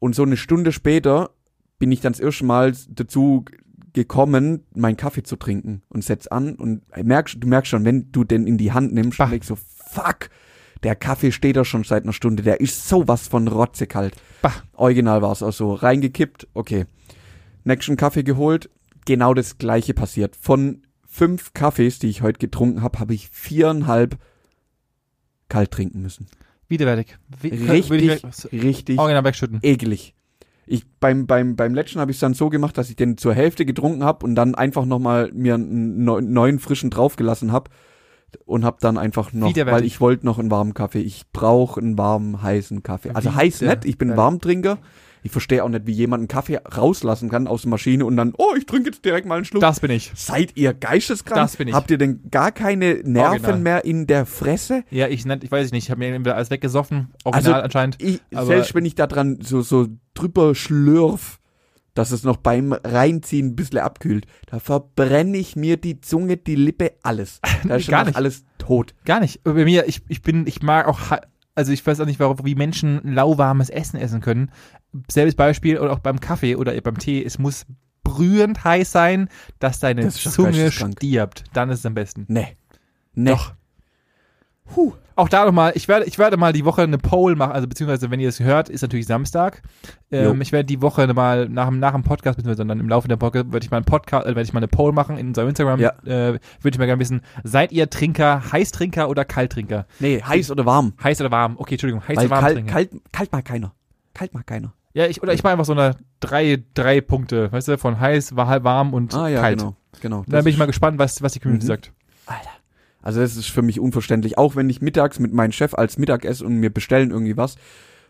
Speaker 2: und so eine Stunde später bin ich dann das erste Mal dazu gekommen, meinen Kaffee zu trinken und setz an und merkst, du merkst schon, wenn du den in die Hand nimmst,
Speaker 1: Bah.
Speaker 2: bah. so, fuck, der Kaffee steht da schon seit einer Stunde, der ist sowas von rotzekalt.
Speaker 1: Bah.
Speaker 2: Original war es auch so, reingekippt, okay. Nächsten Kaffee geholt, genau das gleiche passiert. Von fünf Kaffees, die ich heute getrunken habe, habe ich viereinhalb kalt trinken müssen.
Speaker 1: Widerwärtig. Wie- würde
Speaker 2: Richtig,
Speaker 1: ich- Oh,
Speaker 2: richtig
Speaker 1: Original wegschütten.
Speaker 2: eklig. Ich, beim, beim, beim letzten habe ich es dann so gemacht, dass ich den zur Hälfte getrunken habe und dann einfach nochmal mir einen neu- neuen frischen draufgelassen habe und habe dann einfach noch,
Speaker 1: Widerwärtig.
Speaker 2: weil ich wollte noch einen warmen Kaffee. Ich brauche einen warmen, heißen Kaffee. Also heiß
Speaker 1: Widerwärtig.
Speaker 2: nicht, ich bin ein Warmtrinker. Ich verstehe auch nicht, wie jemand einen Kaffee rauslassen kann aus der Maschine und dann, oh, ich trinke jetzt direkt mal einen Schluck.
Speaker 1: Das bin ich.
Speaker 2: Seid ihr geisteskrank?
Speaker 1: Das bin ich.
Speaker 2: Habt ihr denn gar keine Nerven
Speaker 1: Original.
Speaker 2: mehr in der Fresse?
Speaker 1: Ja, ich, nennt- ich weiß nicht, ich habe mir entweder alles weggesoffen, original
Speaker 2: Also,
Speaker 1: anscheinend.
Speaker 2: Ich,
Speaker 1: Aber-
Speaker 2: selbst wenn ich da dran so, so drüber schlürf, dass es noch beim Reinziehen ein bisschen abkühlt, da verbrenne ich mir die Zunge, die Lippe, alles. Da ist
Speaker 1: Gar
Speaker 2: danach
Speaker 1: nicht.
Speaker 2: alles tot.
Speaker 1: Gar nicht. Bei mir, ich, ich bin, ich mag auch, ha- also ich weiß auch nicht, warum, wie Menschen lauwarmes Essen essen können. Selbes Beispiel oder auch beim Kaffee oder beim Tee, es muss brühend heiß sein, dass deine
Speaker 2: Das ist doch
Speaker 1: Zunge
Speaker 2: geisteskrank.
Speaker 1: stirbt. Dann ist es am besten.
Speaker 2: Nee. Nee.
Speaker 1: Doch.
Speaker 2: Huh.
Speaker 1: Auch da nochmal, ich werde, ich werde mal die Woche eine Poll machen, also beziehungsweise wenn ihr es hört, ist natürlich Samstag. Ähm,
Speaker 2: Jo.
Speaker 1: ich werde die Woche mal nach, dem- nach dem Podcast, beziehungsweise dann im Laufe der Woche, werde ich mal einen Podcast, äh, werde ich mal eine Poll machen in unserem Instagram.
Speaker 2: Ja.
Speaker 1: Äh, würde ich mal gerne wissen, seid ihr Trinker, Heißtrinker oder Kalttrinker?
Speaker 2: Nee, heiß oder warm.
Speaker 1: Heiß oder warm? Okay, Entschuldigung, heiß
Speaker 2: Weil
Speaker 1: oder warm
Speaker 2: kalt,
Speaker 1: trinken.
Speaker 2: kalt, kalt mag keiner. Kalt mag keiner.
Speaker 1: ja, ich, oder ich mache einfach so eine drei, drei Punkte, weißt du, von heiß, war- warm und kalt.
Speaker 2: genau. genau.
Speaker 1: Dann
Speaker 2: Das
Speaker 1: bin ich
Speaker 2: ist-
Speaker 1: mal gespannt, was, was die Community
Speaker 2: Mhm.
Speaker 1: sagt.
Speaker 2: Also das ist für mich unverständlich. Auch wenn ich mittags mit meinem Chef als Mittag esse und mir bestellen irgendwie was.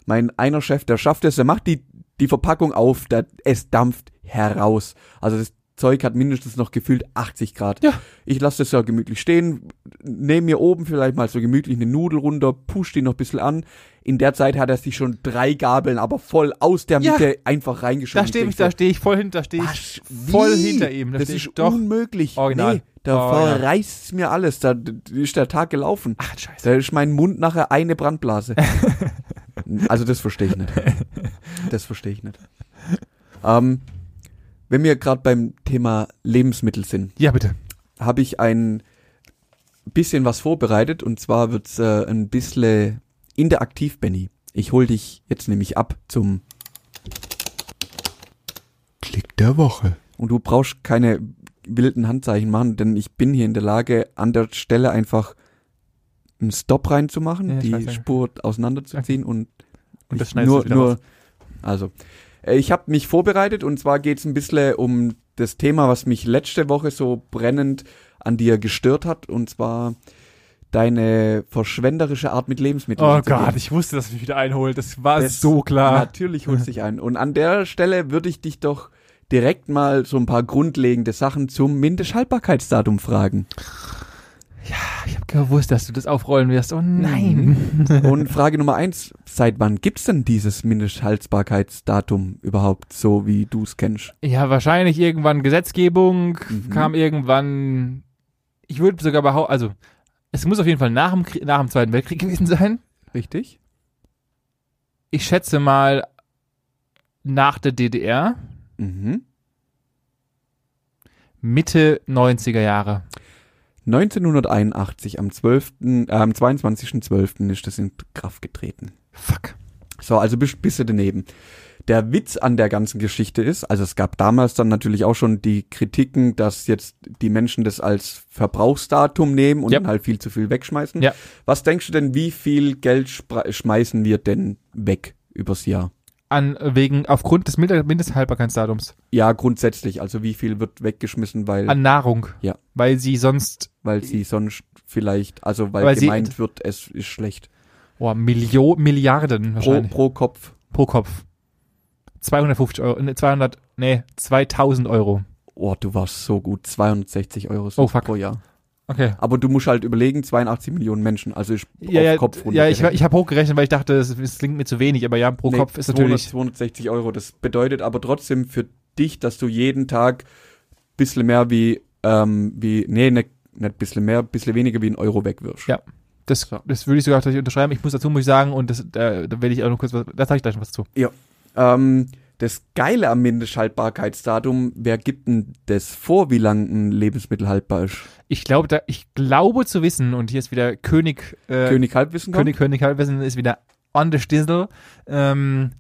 Speaker 2: Mein einer Chef, der schafft es, der macht die, die Verpackung auf, der, es dampft heraus. Also das Zeug hat mindestens noch gefühlt 80 Grad.
Speaker 1: Ja.
Speaker 2: Ich lasse das ja gemütlich stehen, nehme mir oben vielleicht mal so gemütlich eine Nudel runter, push die noch ein bisschen an. In der Zeit hat er sich schon drei Gabeln, aber voll aus der
Speaker 1: Ja.
Speaker 2: Mitte einfach reingeschoben.
Speaker 1: Da stehe ich,
Speaker 2: denk so,
Speaker 1: da stehe ich voll hinter, da stehe ich
Speaker 2: was? Wie?
Speaker 1: voll hinter ihm. Da
Speaker 2: Das
Speaker 1: stehe
Speaker 2: ist
Speaker 1: ich doch.
Speaker 2: unmöglich.
Speaker 1: Original.
Speaker 2: Nee, da
Speaker 1: Original.
Speaker 2: verreißt mir alles. Da d- ist der Tag gelaufen.
Speaker 1: Ach, scheiße.
Speaker 2: Da ist mein Mund nachher eine Brandblase. also das verstehe ich nicht. Das verstehe ich nicht. Ähm, wenn wir gerade beim Thema Lebensmittel sind,
Speaker 1: Ja, bitte.
Speaker 2: habe ich ein bisschen was vorbereitet und zwar wird's äh, ein bisschen interaktiv, Benny. Ich hol dich jetzt nämlich ab zum
Speaker 3: Klick der Woche.
Speaker 2: Und du brauchst keine wilden Handzeichen machen, denn ich bin hier in der Lage, an der Stelle einfach einen Stop reinzumachen,
Speaker 1: Ja, ich weiß,
Speaker 2: die
Speaker 1: danke.
Speaker 2: Spur auseinanderzuziehen und,
Speaker 1: Und das
Speaker 2: ich
Speaker 1: schneidest du wieder raus.
Speaker 2: Also, äh, ich habe mich vorbereitet und zwar geht's ein bisschen um das Thema, was mich letzte Woche so brennend an dir gestört hat und zwar deine verschwenderische Art mit Lebensmitteln.
Speaker 1: Oh
Speaker 2: umzugehen.
Speaker 1: Gott, ich wusste, dass du mich wieder einholt. Das war
Speaker 2: Das-
Speaker 1: so klar.
Speaker 2: Natürlich holst dich ein. Und an der Stelle würde ich dich doch direkt mal so ein paar grundlegende Sachen zum Mindesthaltbarkeitsdatum fragen.
Speaker 1: Ich habe gewusst, dass du das aufrollen wirst. Oh nein.
Speaker 2: Und Frage Nummer eins, seit wann gibt's denn dieses Mindesthaltbarkeitsdatum überhaupt, so wie du es kennst?
Speaker 1: Ja, wahrscheinlich irgendwann Gesetzgebung,
Speaker 2: Mhm.
Speaker 1: kam irgendwann. Ich würde sogar behaupten, also es muss auf jeden Fall nach dem, Krieg, nach dem Zweiten Weltkrieg gewesen sein.
Speaker 2: Mhm. Richtig?
Speaker 1: Ich schätze mal nach der DDR,
Speaker 2: Mhm.
Speaker 1: Mitte 90er Jahre.
Speaker 2: 1981 am 12., äh, am 22.12. ist das in Kraft getreten.
Speaker 1: Fuck.
Speaker 2: So, also bist bist du daneben. Der Witz an der ganzen Geschichte ist, also es gab damals dann natürlich auch schon die Kritiken, dass jetzt die Menschen das als Verbrauchsdatum nehmen und
Speaker 1: Yep.
Speaker 2: dann halt viel zu viel wegschmeißen.
Speaker 1: Ja.
Speaker 2: Was denkst du denn, wie viel Geld spra- schmeißen wir denn weg übers Jahr?
Speaker 1: An, wegen, aufgrund des Mindest- Mindesthaltbarkeitsdatums.
Speaker 2: Ja, grundsätzlich, also wie viel wird weggeschmissen, weil
Speaker 1: An Nahrung.
Speaker 2: Ja.
Speaker 1: Weil sie sonst
Speaker 2: weil sie sonst vielleicht, also weil,
Speaker 1: Weil sie-
Speaker 2: gemeint wird, es ist schlecht.
Speaker 1: oh, Millio Milliarden
Speaker 2: Pro,
Speaker 1: wahrscheinlich.
Speaker 2: pro Kopf.
Speaker 1: pro Kopf. 250 Euro, ne, 200, nee, 2000 Euro.
Speaker 2: Oh, du warst so gut, 62 Euro
Speaker 1: Oh, fuck.
Speaker 2: pro Jahr.
Speaker 1: Okay.
Speaker 2: Aber du musst halt überlegen, 82 Millionen Menschen, also ich
Speaker 1: Ja, ja,
Speaker 2: Kopf
Speaker 1: ja ich,
Speaker 2: runtergerechnet.
Speaker 1: ich habe hochgerechnet, weil ich dachte, es, es klingt mir zu wenig, aber ja, pro
Speaker 2: Nee,
Speaker 1: Kopf ist
Speaker 2: 200,
Speaker 1: natürlich.
Speaker 2: 260 Euro. Das bedeutet aber trotzdem für dich, dass du jeden Tag bisschen mehr wie, ähm, wie, nee, ne, nicht bisschen mehr, bisschen weniger wie ein Euro wegwirfst.
Speaker 1: Ja. Das, das würde ich sogar tatsächlich unterschreiben. Ich muss dazu muss ich sagen, und das, da, da werde ich auch noch kurz was, da sage ich gleich noch was zu.
Speaker 2: Ähm, Das Geile am Mindesthaltbarkeitsdatum, wer gibt denn das vor, wie lang ein Lebensmittel haltbar ist?
Speaker 1: Ich glaube, da, ich glaube zu wissen, und hier ist wieder König, äh,
Speaker 2: König Halbwissen kommt?
Speaker 1: König, König Halbwissen ist wieder on the Stissel. Ähm,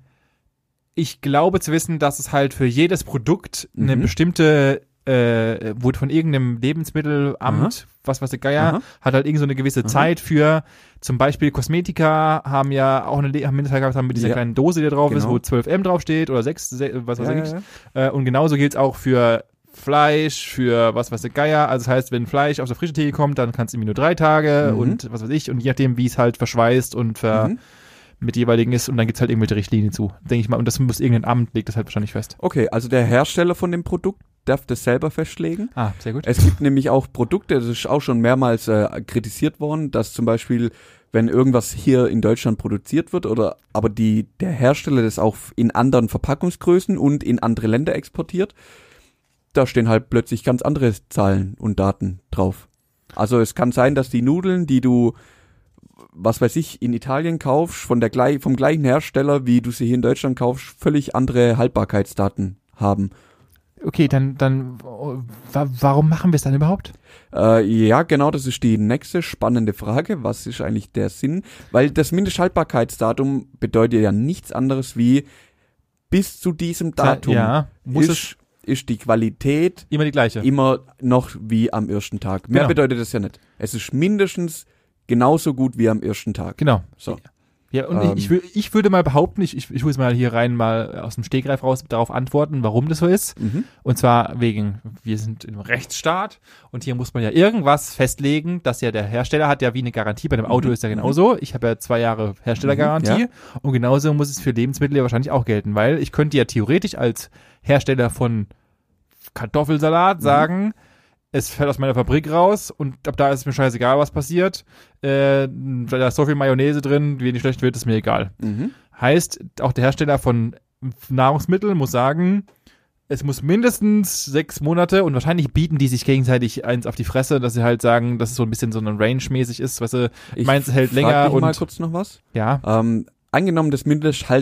Speaker 1: ich glaube zu wissen, dass es halt für jedes Produkt eine
Speaker 2: Mhm.
Speaker 1: bestimmte, äh, wurde von irgendeinem Lebensmittelamt, was weiß der Geier,
Speaker 2: Aha.
Speaker 1: hat halt irgend so eine gewisse Zeit für, zum Beispiel Kosmetika haben ja auch eine Le- haben Mindesthaltbarkeit gehabt, haben mit dieser
Speaker 2: Ja.
Speaker 1: kleinen Dose, die da drauf ist,
Speaker 2: Genau.
Speaker 1: wo 12M draufsteht oder 6, was weiß
Speaker 2: Ja,
Speaker 1: ich.
Speaker 2: ja, ja.
Speaker 1: Äh, und genauso gilt es auch für Fleisch, für was weiß der Geier. Also das heißt, wenn Fleisch aus der frischen Theke kommt, dann kann es irgendwie nur drei Tage
Speaker 2: Mhm.
Speaker 1: und was weiß ich. Und je nachdem, wie es halt verschweißt und ver
Speaker 2: Mhm.
Speaker 1: mit jeweiligen ist. Und dann gibt es halt irgendwelche Richtlinien zu, denke ich mal. Und das muss irgendein Amt, legt das halt wahrscheinlich fest.
Speaker 2: Okay, also der Hersteller von dem Produkt darf das selber festlegen.
Speaker 1: Ah, sehr gut.
Speaker 2: Es gibt nämlich auch Produkte, das ist auch schon mehrmals äh, kritisiert worden, dass zum Beispiel, wenn irgendwas hier in Deutschland produziert wird oder aber die, der Hersteller das auch in anderen Verpackungsgrößen und in andere Länder exportiert, da stehen halt plötzlich ganz andere Zahlen und Daten drauf. Also es kann sein, dass die Nudeln, die du, was weiß ich, in Italien kaufst, von der gleich, vom gleichen Hersteller, wie du sie hier in Deutschland kaufst, völlig andere Haltbarkeitsdaten haben.
Speaker 1: Okay, dann, dann oh, wa warum machen wir es dann überhaupt?
Speaker 2: Äh, ja, genau, das ist die nächste spannende Frage. Was ist eigentlich der Sinn? Weil das Mindesthaltbarkeitsdatum bedeutet ja nichts anderes wie bis zu diesem Datum
Speaker 1: Ja, muss es
Speaker 2: ist, ist die Qualität
Speaker 1: immer die gleiche.
Speaker 2: immer noch wie am ersten Tag. Mehr
Speaker 1: Genau.
Speaker 2: bedeutet das ja nicht. Es ist mindestens genauso gut wie am ersten Tag.
Speaker 1: Genau.
Speaker 2: So.
Speaker 1: Ja, und
Speaker 2: Ähm.
Speaker 1: ich, ich, wür- ich würde mal behaupten, ich, ich, ich muss mal hier rein mal aus dem Stegreif raus darauf antworten, warum das so ist.
Speaker 2: Mhm.
Speaker 1: Und zwar wegen, wir sind im Rechtsstaat und hier muss man ja irgendwas festlegen, dass ja der Hersteller hat ja wie eine Garantie, bei dem Auto
Speaker 2: Mhm.
Speaker 1: ist ja genauso. Ich habe ja zwei Jahre Herstellergarantie
Speaker 2: Mhm, ja.
Speaker 1: und genauso muss es für Lebensmittel ja wahrscheinlich auch gelten, weil ich könnte ja theoretisch als Hersteller von Kartoffelsalat
Speaker 2: Mhm.
Speaker 1: sagen, es fällt aus meiner Fabrik raus und ab da ist mir scheißegal, was passiert. Äh, da ist so viel Mayonnaise drin, wie die schlecht wird, ist mir egal.
Speaker 2: Mhm.
Speaker 1: Heißt, auch der Hersteller von Nahrungsmitteln muss sagen, es muss mindestens sechs Monate und wahrscheinlich bieten die sich gegenseitig eins auf die Fresse, dass sie halt sagen, dass es so ein bisschen so ein Range-mäßig ist, weißt du,
Speaker 2: Ich
Speaker 1: meins hält
Speaker 2: frag
Speaker 1: länger
Speaker 2: dich mal
Speaker 1: und
Speaker 2: kurz noch was.
Speaker 1: ja,
Speaker 2: Ähm, angenommen, das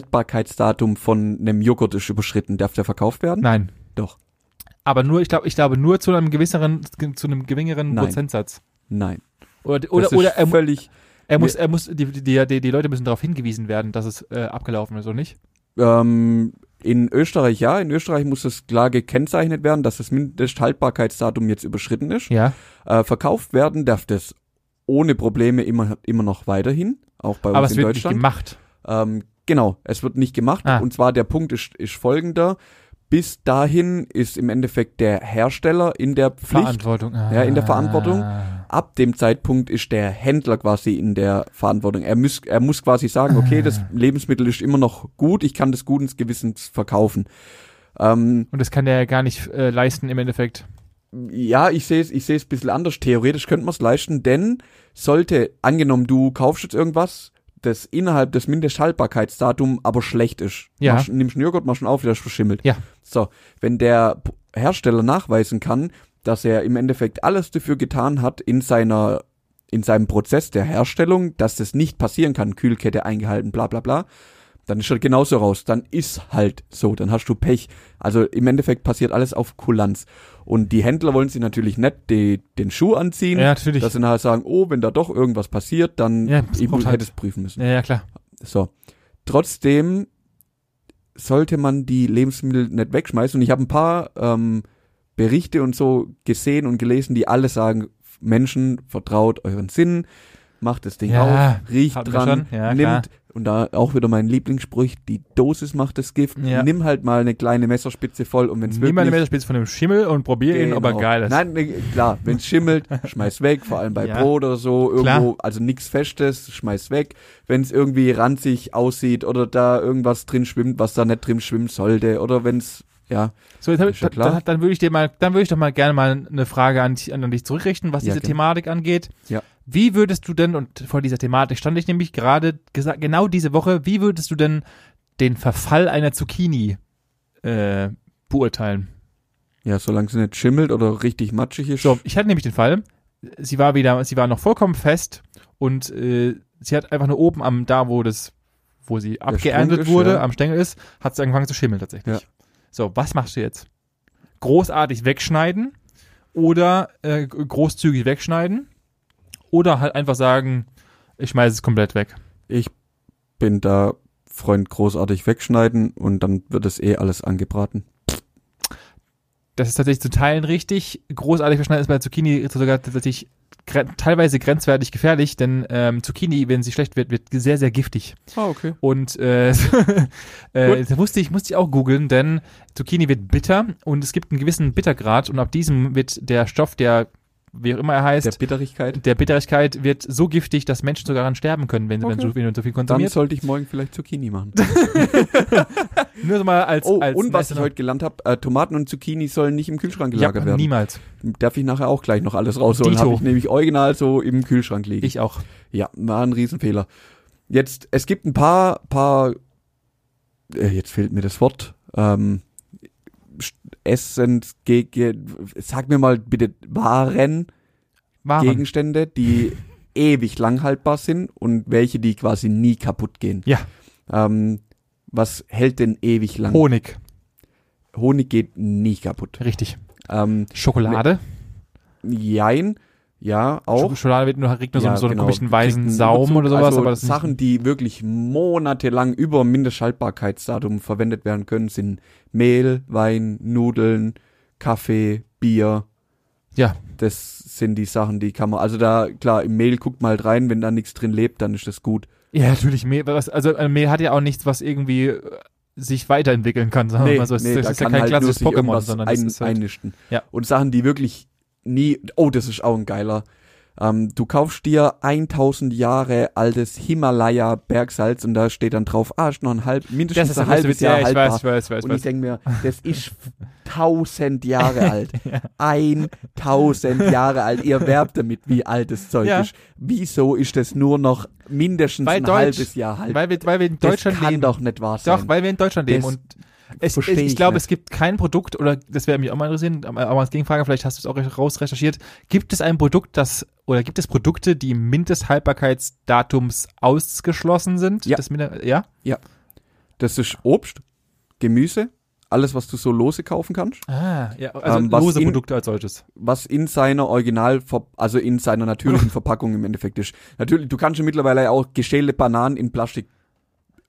Speaker 2: Mindesthaltbarkeitsdatum von einem Joghurt ist überschritten. Darf der verkauft werden?
Speaker 1: nein.
Speaker 2: Doch.
Speaker 1: Aber nur, ich glaube, ich glaube nur zu einem gewisseren, zu einem geringeren
Speaker 2: Nein.
Speaker 1: Prozentsatz.
Speaker 2: Nein.
Speaker 1: Oder, oder,
Speaker 2: das ist
Speaker 1: oder er, mu-
Speaker 2: völlig
Speaker 1: er muss, er muss, die, die, die, die Leute müssen darauf hingewiesen werden, dass es äh, abgelaufen ist, oder nicht?
Speaker 2: Ähm, in Österreich ja, in Österreich muss es klar gekennzeichnet werden, dass das Mindesthaltbarkeitsdatum jetzt überschritten ist.
Speaker 1: Ja.
Speaker 2: Äh, verkauft werden darf das ohne Probleme immer, immer noch weiterhin, auch bei
Speaker 1: Aber
Speaker 2: uns
Speaker 1: es
Speaker 2: in
Speaker 1: wird nicht
Speaker 2: Deutschland.
Speaker 1: gemacht.
Speaker 2: ähm, genau, es wird nicht gemacht.
Speaker 1: Ah.
Speaker 2: Und zwar der Punkt ist, ist folgender. Bis dahin ist im Endeffekt der Hersteller in der Pflicht.
Speaker 1: Verantwortung.
Speaker 2: Ja, in der Verantwortung.
Speaker 1: Ah.
Speaker 2: Ab dem Zeitpunkt ist der Händler quasi in der Verantwortung. Er muss, er muss quasi sagen,
Speaker 1: Ah.
Speaker 2: okay, das Lebensmittel ist immer noch gut, ich kann das guten Gewissens verkaufen. Ähm,
Speaker 1: Und das kann der ja gar nicht äh, leisten im Endeffekt.
Speaker 2: ja, ich sehe es ich seh's ein bisschen anders. Theoretisch könnte man es leisten, denn sollte, angenommen, du kaufst jetzt irgendwas, das innerhalb des Mindesthaltbarkeitsdatums aber schlecht ist.
Speaker 1: Ja.
Speaker 2: Machst, nimmst einen Joghurt, machst ihn auf, der ist verschimmelt.
Speaker 1: Ja.
Speaker 2: So, wenn der P- Hersteller nachweisen kann, dass er im Endeffekt alles dafür getan hat in seiner in seinem Prozess der Herstellung, dass das nicht passieren kann, Kühlkette eingehalten, bla bla bla, dann ist er genauso raus. Dann ist halt so, dann hast du Pech. Also im Endeffekt passiert alles auf Kulanz. Und die Händler wollen sich natürlich nicht die, den Schuh anziehen,
Speaker 1: Ja, natürlich.
Speaker 2: dass sie nachher sagen, oh, wenn da doch irgendwas passiert, dann
Speaker 1: Ja, das
Speaker 2: ich
Speaker 1: braucht
Speaker 2: muss,
Speaker 1: halt-
Speaker 2: hätte es prüfen müssen.
Speaker 1: Ja, ja, klar.
Speaker 2: So. Trotzdem sollte man die Lebensmittel nicht wegschmeißen. Und ich habe ein paar ähm, Berichte und so gesehen und gelesen, die alle sagen, Menschen, vertraut euren Sinn, macht das Ding
Speaker 1: Ja,
Speaker 2: auf, riecht
Speaker 1: hatten wir
Speaker 2: dran,
Speaker 1: schon. Ja,
Speaker 2: nimmt,
Speaker 1: klar.
Speaker 2: und da auch wieder mein Lieblingsspruch, die Dosis macht das Gift,
Speaker 1: Ja.
Speaker 2: nimm halt mal eine kleine Messerspitze voll und wenn es
Speaker 1: Nimm mal eine
Speaker 2: wirklich...
Speaker 1: Messerspitze von dem Schimmel und probier ihn, ob er
Speaker 2: Genau.
Speaker 1: geil ist.
Speaker 2: Nein, ne, klar, wenn es schimmelt, schmeiß weg, vor allem bei
Speaker 1: Ja.
Speaker 2: Brot oder so, irgendwo,
Speaker 1: Klar.
Speaker 2: also nichts Festes, schmeiß weg. Wenn es irgendwie ranzig aussieht oder da irgendwas drin schwimmt, was da nicht drin schwimmen sollte, oder wenn es, ja,
Speaker 1: So, jetzt hab, ich-
Speaker 2: Ist ja
Speaker 1: dann,
Speaker 2: klar.
Speaker 1: dann, dann würde ich dir mal, dann würde ich doch mal gerne mal eine Frage an, dich- an dich zurückrichten, was
Speaker 2: Ja,
Speaker 1: diese
Speaker 2: gerne.
Speaker 1: Thematik angeht.
Speaker 2: Ja.
Speaker 1: Wie würdest du denn, und vor dieser Thematik stand ich nämlich gerade gesa- genau diese Woche, wie würdest du denn den Verfall einer Zucchini äh, beurteilen?
Speaker 2: ja, solange es nicht schimmelt oder richtig matschig ist.
Speaker 1: So, ich hatte nämlich den Fall, sie war wieder, sie war noch vollkommen fest und äh, sie hat einfach nur oben am, da wo das, wo sie
Speaker 2: Sprung
Speaker 1: abgeerntet
Speaker 2: ist,
Speaker 1: wurde,
Speaker 2: ja.
Speaker 1: am Stängel ist, hat sie angefangen zu schimmeln tatsächlich.
Speaker 2: Ja.
Speaker 1: So, was machst du jetzt? Großartig wegschneiden oder äh, großzügig wegschneiden oder halt einfach sagen, ich schmeiße es komplett weg.
Speaker 2: Ich bin da Freund großartig wegschneiden und dann wird es eh alles angebraten.
Speaker 1: Das ist tatsächlich zu Teilen richtig. Großartig verschneiden ist bei Zucchini sogar tatsächlich gren- teilweise grenzwertig gefährlich, denn ähm, Zucchini, wenn sie schlecht wird, wird sehr, sehr giftig.
Speaker 2: Ah, okay.
Speaker 1: Und äh, äh, das musste ich, musste ich auch googeln, denn Zucchini wird bitter und es gibt einen gewissen Bittergrad und ab diesem wird der Stoff, der wie auch immer er
Speaker 2: Der
Speaker 1: heißt, der,
Speaker 2: Bitterigkeit.
Speaker 1: Bitterigkeit wird so giftig, dass Menschen sogar daran sterben können, wenn, wenn,
Speaker 2: Okay.
Speaker 1: so, wenn du so viel
Speaker 2: Dann
Speaker 1: konsumierst.
Speaker 2: sollte ich morgen vielleicht Zucchini machen.
Speaker 1: Nur so mal als,
Speaker 2: Oh,
Speaker 1: als
Speaker 2: und was ich
Speaker 1: National-
Speaker 2: heute gelernt habe, äh, Tomaten und Zucchini sollen nicht im Kühlschrank
Speaker 1: ja,
Speaker 2: gelagert werden.
Speaker 1: niemals.
Speaker 2: Darf ich nachher auch gleich noch alles rausholen?
Speaker 1: Dito.
Speaker 2: Habe ich nämlich original so im Kühlschrank liegen.
Speaker 1: Ich auch.
Speaker 2: Ja, war ein Riesenfehler. Jetzt, es gibt ein paar, paar, äh, jetzt fehlt mir das Wort, ähm, Sch- Essens, ge, ge, sag mir mal bitte, Waren,
Speaker 1: Waren.
Speaker 2: Gegenstände, die ewig lang haltbar sind und welche, die quasi nie kaputt gehen.
Speaker 1: Ja.
Speaker 2: Ähm, was hält denn ewig lang?
Speaker 1: Honig.
Speaker 2: Honig geht nie kaputt.
Speaker 1: Richtig.
Speaker 2: Ähm,
Speaker 1: Schokolade.
Speaker 2: jein, ja, auch.
Speaker 1: Schokolade wird nur, kriegt nur
Speaker 2: Ja,
Speaker 1: so, so einen
Speaker 2: genau.
Speaker 1: komischen
Speaker 2: Du kriegst
Speaker 1: weißen
Speaker 2: einen
Speaker 1: Saum
Speaker 2: Überzug,
Speaker 1: oder sowas.
Speaker 2: Also
Speaker 1: aber das
Speaker 2: Sachen, die wirklich monatelang über Mindestschaltbarkeitsdatum verwendet werden können, sind Mehl, Wein, Nudeln, Kaffee, Bier.
Speaker 1: Ja.
Speaker 2: Das sind die Sachen, die kann man. Also da, klar, im Mehl guckt mal halt rein, wenn da nichts drin lebt, dann ist das gut.
Speaker 1: Ja, natürlich. Mehl, was, also äh, Mehl hat ja auch nichts, was irgendwie äh, sich weiterentwickeln kann. Sagen wir mal so. also Es ist,
Speaker 2: da
Speaker 1: das ist ja
Speaker 2: kann
Speaker 1: kein
Speaker 2: halt nur
Speaker 1: klassisches
Speaker 2: sich
Speaker 1: Pokémon,
Speaker 2: irgendwas
Speaker 1: sondern
Speaker 2: ein,
Speaker 1: es ist halt,
Speaker 2: einnisten.
Speaker 1: Ja.
Speaker 2: Und Sachen, die wirklich nie. Oh, das ist auch ein geiler. Ähm, du kaufst dir 1000 Jahre altes Himalaya Bergsalz und da steht dann drauf, ah, ist noch ein halb, mindestens
Speaker 1: das ist
Speaker 2: ein
Speaker 1: ein halbes
Speaker 2: halbes
Speaker 1: Witz.
Speaker 2: Jahr
Speaker 1: Ja, ich
Speaker 2: haltbar.
Speaker 1: weiß, ich weiß, ich weiß.
Speaker 2: und
Speaker 1: weiß.
Speaker 2: ich denke mir, das ist 1000 Jahre alt. 1000 Jahre alt. Ihr werbt damit, wie alt das Zeug
Speaker 1: Ja.
Speaker 2: ist. Wieso ist das nur noch mindestens
Speaker 1: Weil
Speaker 2: ein
Speaker 1: Deutsch.
Speaker 2: halbes Jahr alt?
Speaker 1: weil, wir, weil wir in Deutschland
Speaker 2: das kann
Speaker 1: leben.
Speaker 2: doch nicht wahr sein.
Speaker 1: Doch, weil wir in Deutschland leben.
Speaker 2: Das
Speaker 1: Und es, ich,
Speaker 2: versteh
Speaker 1: ich
Speaker 2: ich
Speaker 1: glaube,
Speaker 2: nicht.
Speaker 1: es gibt kein Produkt, oder das wäre mich auch mal interessieren, aber aber als Gegenfrage, vielleicht hast du es auch raus recherchiert. Gibt es ein Produkt, das, oder gibt es Produkte, die im Mindesthaltbarkeitsdatums ausgeschlossen sind?
Speaker 2: Ja.
Speaker 1: Das Minder ja?
Speaker 2: Das ist Obst, Gemüse, alles, was du so lose kaufen kannst,
Speaker 1: Ah, ja. Also
Speaker 2: Ähm, was
Speaker 1: lose
Speaker 2: in-
Speaker 1: Produkte als solches.
Speaker 2: was in seiner Original, also in seiner natürlichen Verpackung im Endeffekt ist. Natürlich, du kannst ja mittlerweile auch geschälte Bananen in Plastik.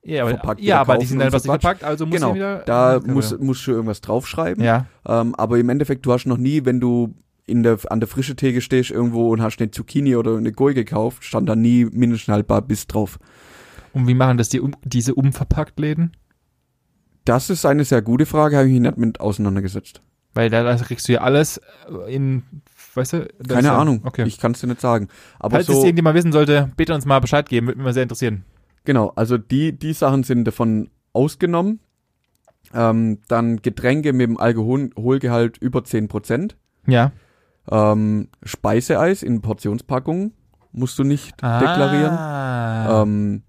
Speaker 1: Ja, aber,
Speaker 2: verpackt
Speaker 1: ja,
Speaker 2: wieder
Speaker 1: aber die
Speaker 2: kaufen
Speaker 1: sind dann
Speaker 2: und
Speaker 1: was
Speaker 2: so Quatsch.
Speaker 1: verpackt, also muss
Speaker 2: genau,
Speaker 1: ich wieder.
Speaker 2: da
Speaker 1: Okay,
Speaker 2: muss,
Speaker 1: ja.
Speaker 2: musst du irgendwas draufschreiben.
Speaker 1: Ja,
Speaker 2: Ähm, aber im Endeffekt, du hast noch nie, wenn du in der, an der frische Theke stehst irgendwo und hast eine Zucchini oder eine Gurke gekauft, stand da nie mindestens haltbar bis drauf.
Speaker 1: und wie machen das die, um, diese umverpackt Läden?
Speaker 2: Das ist eine sehr gute Frage, habe ich mich nicht mit auseinandergesetzt.
Speaker 1: Weil da, da kriegst du ja alles äh, in, weißt du? das ist
Speaker 2: Keine
Speaker 1: ja-
Speaker 2: Ahnung,
Speaker 1: Okay.
Speaker 2: ich kann es dir nicht sagen. Aber
Speaker 1: Falls
Speaker 2: so,
Speaker 1: es irgendjemand wissen sollte, bitte uns mal Bescheid geben, würde mich mal sehr interessieren.
Speaker 2: Genau, also die, die Sachen sind davon ausgenommen. Ähm, dann Getränke mit dem Alkoholgehalt über 10%.
Speaker 1: Ja.
Speaker 2: Ähm, Speiseeis in Portionspackungen musst du nicht deklarieren.
Speaker 1: Ah.
Speaker 2: Ähm,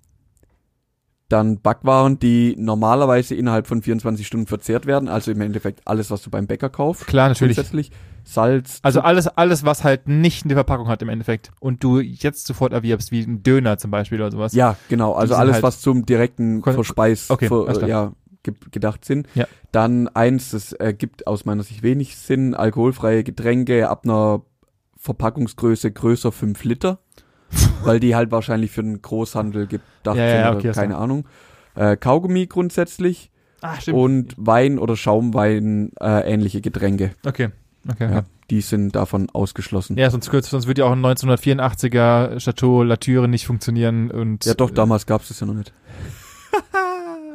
Speaker 2: dann Backwaren, die normalerweise innerhalb von 24 Stunden verzehrt werden. Also im Endeffekt alles, was du beim Bäcker kaufst.
Speaker 1: Klar, natürlich.
Speaker 2: Grundsätzlich. Salz.
Speaker 1: Also alles, alles, was halt nicht eine Verpackung hat im Endeffekt und du jetzt sofort erwirbst, wie ein Döner zum Beispiel oder sowas.
Speaker 2: Ja, genau. Also
Speaker 1: sind
Speaker 2: alles,
Speaker 1: halt-
Speaker 2: was zum direkten
Speaker 1: Kon-
Speaker 2: Verspeis
Speaker 1: Okay,
Speaker 2: ver-
Speaker 1: alles klar.
Speaker 2: ja, ge gedacht sind.
Speaker 1: Ja.
Speaker 2: Dann eins, das ergibt aus meiner Sicht wenig Sinn, alkoholfreie Getränke ab einer Verpackungsgröße größer 5 Liter, weil die halt wahrscheinlich für den Großhandel gedacht
Speaker 1: Ja,
Speaker 2: sind
Speaker 1: ja, ja,
Speaker 2: oder
Speaker 1: okay, das
Speaker 2: keine Ahnung. Äh, Kaugummi grundsätzlich
Speaker 1: Ah, stimmt.
Speaker 2: und Wein oder Schaumwein äh, ähnliche Getränke.
Speaker 1: okay. Okay.
Speaker 2: Ja.
Speaker 1: Ja,
Speaker 2: Die sind davon ausgeschlossen. Ja,
Speaker 1: ja sonst, kurz- sonst würde ja auch ein 1984er Chateau Latüre nicht funktionieren und.
Speaker 2: doch, damals gab's das ja noch nicht.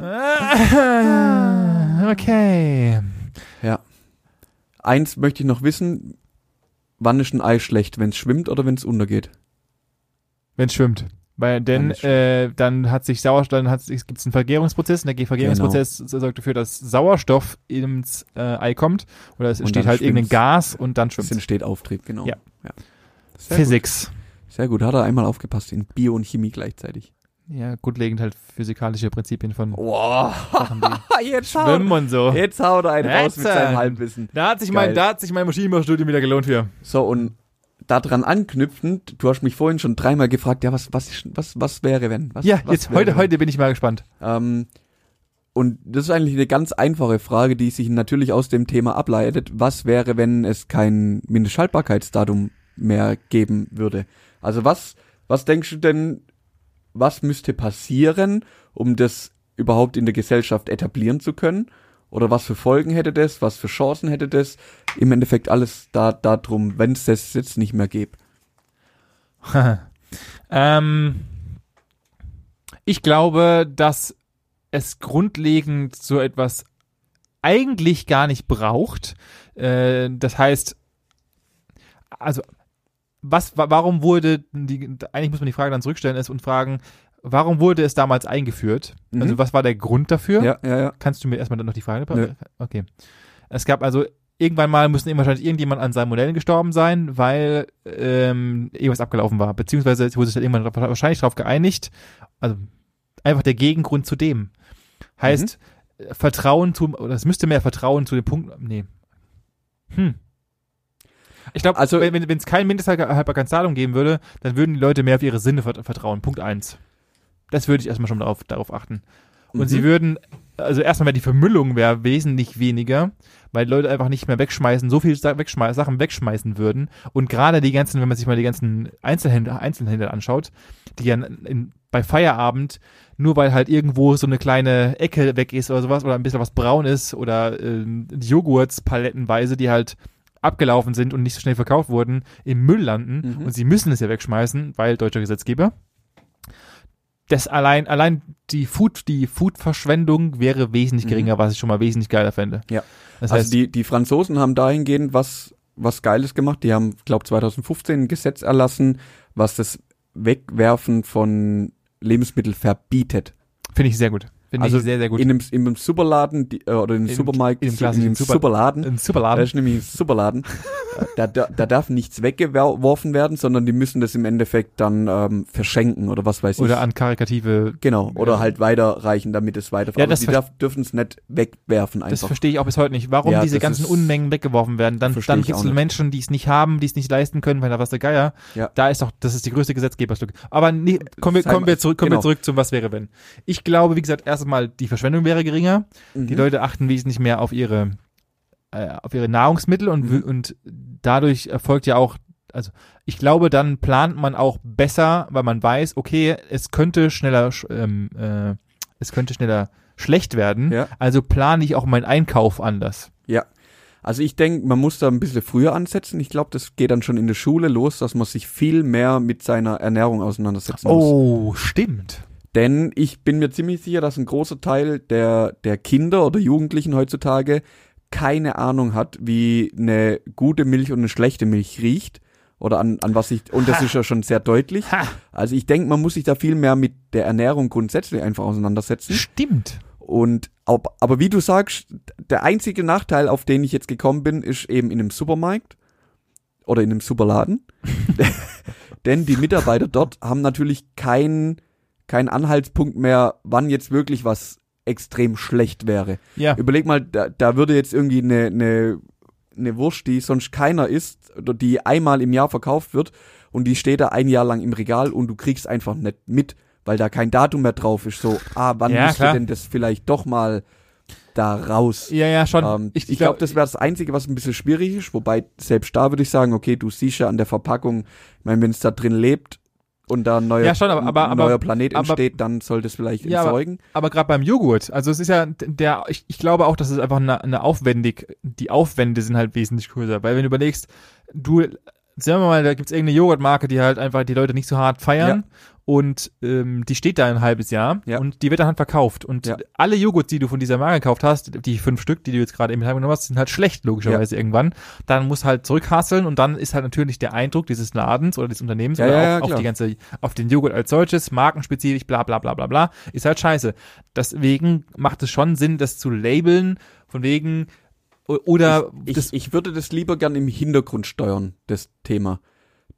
Speaker 1: Ah, okay.
Speaker 2: Eins möchte ich noch wissen, wann ist ein Ei schlecht, wenn es schwimmt oder wenn es untergeht?
Speaker 1: Wenn es schwimmt. Weil denn
Speaker 2: Wenn es
Speaker 1: äh, dann hat sich Sauerstoff, dann hat sich- gibt's einen Vergärungsprozess und der Vergärungsprozess sorgt dafür, dass Sauerstoff ins äh, Ei kommt oder es
Speaker 2: Und
Speaker 1: entsteht
Speaker 2: dann
Speaker 1: halt irgendein
Speaker 2: schwimmt's.
Speaker 1: Gas und dann
Speaker 2: Es
Speaker 1: schwimmt
Speaker 2: entsteht Auftrieb, genau.
Speaker 1: Ja.
Speaker 2: Sehr
Speaker 1: Physics.
Speaker 2: Gut. Sehr gut, hat er einmal aufgepasst in Bio und Chemie gleichzeitig.
Speaker 1: Ja, grundlegend halt physikalische Prinzipien von
Speaker 2: Wow,
Speaker 1: Sachen, die
Speaker 2: jetzt
Speaker 1: Schwimmen und so.
Speaker 2: jetzt haut er einen raus mit
Speaker 1: Jetzt, äh,
Speaker 2: seinem Halbwissen.
Speaker 1: Da hat sich
Speaker 2: Geil.
Speaker 1: mein, da hat sich mein Maschinenbaustudium wieder gelohnt für.
Speaker 2: So, und daran anknüpfend, du hast mich vorhin schon dreimal gefragt, ja, was, was, ist- was, was wäre, wenn? Was,
Speaker 1: ja,
Speaker 2: was
Speaker 1: jetzt
Speaker 2: wäre,
Speaker 1: heute,
Speaker 2: wenn?
Speaker 1: heute bin ich mal gespannt.
Speaker 2: Ähm, und das ist eigentlich eine ganz einfache Frage, die sich natürlich aus dem Thema ableitet. Was wäre, wenn es kein Mindesthaltbarkeitsdatum mehr geben würde? Also was, was denkst du denn, was müsste passieren, um das überhaupt in der Gesellschaft etablieren zu können? Oder was für Folgen hätte das? Was für Chancen hätte das? Im Endeffekt alles da, darum, wenn es das jetzt nicht mehr gäbe.
Speaker 1: ähm, ich glaube, dass es grundlegend so etwas eigentlich gar nicht braucht. Äh, das heißt, also was, wa- warum wurde, die, eigentlich muss man die Frage dann zurückstellen ist und fragen, warum wurde es damals eingeführt?
Speaker 2: Mhm.
Speaker 1: Also was war der Grund dafür?
Speaker 2: Ja, ja, ja.
Speaker 1: Kannst du mir erstmal dann noch die Frage
Speaker 2: Nö.
Speaker 1: Okay. Es gab also irgendwann mal müssen wahrscheinlich irgendjemand an Salmonellen gestorben sein, weil ähm, irgendwas abgelaufen war. Beziehungsweise es wurde sich dann irgendwann dra- wahrscheinlich darauf geeinigt. Also einfach der Gegengrund zu dem. Heißt,
Speaker 2: Mhm.
Speaker 1: äh, Vertrauen zu, oder es müsste mehr Vertrauen zu dem Punkt. Nee. Hm. Ich glaube, also,
Speaker 2: Also-
Speaker 1: wenn es kein Mindesthaltbarkeitszahlung geben würde, dann würden die Leute mehr auf ihre Sinne vert- vertrauen. Punkt eins. Das würde ich erstmal schon darauf, darauf achten. Und
Speaker 2: Mhm.
Speaker 1: sie würden, also erstmal wäre die Vermüllung wäre wesentlich weniger, weil die Leute einfach nicht mehr wegschmeißen, so viele wegschmeißen, Sachen wegschmeißen würden. Und gerade die ganzen, wenn man sich mal die ganzen Einzelhändler, Einzelhändler anschaut, die ja in, bei Feierabend, nur weil halt irgendwo so eine kleine Ecke weg ist oder sowas, oder ein bisschen was braun ist, oder ähm, Joghurts palettenweise, die halt abgelaufen sind und nicht so schnell verkauft wurden, im Müll landen.
Speaker 2: Mhm.
Speaker 1: Und sie müssen es ja wegschmeißen, weil deutscher Gesetzgeber das allein, allein die Food, die Food-Verschwendung wäre wesentlich
Speaker 2: Mhm.
Speaker 1: geringer, was ich schon mal wesentlich geiler fände.
Speaker 2: Ja.
Speaker 1: Das
Speaker 2: also
Speaker 1: heißt,
Speaker 2: die, die Franzosen haben dahingehend was, was Geiles gemacht. Die haben, glaube 2015 ein Gesetz erlassen, was das Wegwerfen von Lebensmitteln verbietet.
Speaker 1: finde ich sehr gut. Finde
Speaker 2: Also
Speaker 1: ich sehr, sehr gut.
Speaker 2: In einem, in einem Superladen die, äh, oder in einem
Speaker 1: Im-
Speaker 2: Supermarkt,
Speaker 1: im klassischen
Speaker 2: in einem
Speaker 1: Super-
Speaker 2: Superladen.
Speaker 1: Ein Superladen.
Speaker 2: Da ist nämlich ein Superladen. Äh, da, da, da darf nichts weggeworfen werden, sondern die müssen das im Endeffekt dann ähm, verschenken oder was weiß ich.
Speaker 1: Oder an karikative.
Speaker 2: genau, oder
Speaker 1: Ja.
Speaker 2: halt weiterreichen, damit es weiter.
Speaker 1: Ja,
Speaker 2: aber
Speaker 1: das
Speaker 2: die
Speaker 1: ver-
Speaker 2: darf, dürfen es nicht wegwerfen
Speaker 1: Das
Speaker 2: einfach.
Speaker 1: verstehe ich auch bis heute nicht. Warum
Speaker 2: Ja,
Speaker 1: diese
Speaker 2: das
Speaker 1: ganzen
Speaker 2: ist-
Speaker 1: Unmengen weggeworfen werden, dann,
Speaker 2: Verstehe
Speaker 1: dann
Speaker 2: ich
Speaker 1: gibt es
Speaker 2: auch nicht.
Speaker 1: Menschen, die es nicht haben, die es nicht leisten können, weil da was der Geier.
Speaker 2: Ja.
Speaker 1: Da ist doch, das ist die größte Gesetzgeberstück. Aber nee, kommen, wir,
Speaker 2: Sei
Speaker 1: kommen,
Speaker 2: mal-
Speaker 1: wir zurück, kommen wir
Speaker 2: genau.
Speaker 1: zurück zum Was wäre wenn. Ich glaube, wie gesagt, erstmal die Verschwendung wäre geringer. Die
Speaker 2: Mhm.
Speaker 1: Leute achten wesentlich mehr auf ihre, äh, auf ihre Nahrungsmittel und,
Speaker 2: Mhm.
Speaker 1: wü- und dadurch erfolgt ja auch, also ich glaube, dann plant man auch besser, weil man weiß, okay, es könnte schneller, sch- ähm, äh, es könnte schneller schlecht werden.
Speaker 2: Ja.
Speaker 1: Also plane ich auch meinen Einkauf anders.
Speaker 2: Also ich denke, man muss da ein bisschen früher ansetzen. Ich glaube, das geht dann schon in der Schule los, dass man sich viel mehr mit seiner Ernährung auseinandersetzen muss.
Speaker 1: Oh, stimmt.
Speaker 2: Denn ich bin mir ziemlich sicher, dass ein großer Teil der, der Kinder oder Jugendlichen heutzutage keine Ahnung hat, wie eine gute Milch und eine schlechte Milch riecht. Oder an, an was ich, und das
Speaker 1: Ha.
Speaker 2: ist ja schon sehr deutlich.
Speaker 1: Ha,
Speaker 2: Also ich denke, man muss sich da viel mehr mit der Ernährung grundsätzlich einfach auseinandersetzen.
Speaker 1: stimmt.
Speaker 2: Und ob, aber wie du sagst, der einzige Nachteil, auf den ich jetzt gekommen bin, ist eben in einem Supermarkt oder in einem Superladen. Denn die Mitarbeiter dort haben natürlich keinen keinen Anhaltspunkt mehr, wann jetzt wirklich was extrem schlecht wäre.
Speaker 1: Ja.
Speaker 2: Überleg mal, da, da würde jetzt irgendwie eine, eine, eine Wurst, die sonst keiner isst, oder die einmal im Jahr verkauft wird und die steht da ein Jahr lang im Regal und du kriegst einfach nicht mit, weil da kein Datum mehr drauf ist. So, ah, wann
Speaker 1: Ja,
Speaker 2: müsste
Speaker 1: klar.
Speaker 2: denn das vielleicht doch mal da raus?
Speaker 1: Ja, ja, schon.
Speaker 2: Ähm, ich glaube, das wäre das Einzige, was ein bisschen schwierig ist. Wobei, selbst da würde ich sagen, okay, du siehst ja an der Verpackung, ich meine, wenn es da drin lebt und da ein neuer,
Speaker 1: Ja, schon, aber- aber-
Speaker 2: ein
Speaker 1: aber-
Speaker 2: neuer Planet
Speaker 1: aber-
Speaker 2: entsteht, dann sollte es vielleicht
Speaker 1: Ja, aber-
Speaker 2: entsorgen.
Speaker 1: Aber gerade beim Joghurt, also es ist ja der, ich, ich glaube auch, dass es einfach eine, eine aufwendig, die Aufwände sind halt wesentlich größer, weil wenn du überlegst, du, sagen wir mal, da gibt's irgendeine Joghurtmarke, die halt einfach die Leute nicht so hart feiern und ähm, die steht da ein halbes Jahr
Speaker 2: Ja.
Speaker 1: und die wird dann halt verkauft und
Speaker 2: Ja.
Speaker 1: alle Joghurts, die du von dieser Marke gekauft hast, die fünf Stück, die du jetzt gerade eben genommen hast, sind halt schlecht logischerweise irgendwann, dann muss halt zurückhasseln und dann ist halt natürlich der Eindruck dieses Ladens oder des Unternehmens
Speaker 2: Ja,
Speaker 1: oder
Speaker 2: ja,
Speaker 1: auf,
Speaker 2: ja,
Speaker 1: auf
Speaker 2: klar.
Speaker 1: die ganze, auf den Joghurt als solches, markenspezifisch, bla bla bla bla bla, ist halt scheiße. Deswegen macht es schon Sinn, das zu labeln, von wegen, o- oder
Speaker 2: ich,
Speaker 1: das,
Speaker 2: ich, ich würde das lieber gern im Hintergrund steuern, das Thema.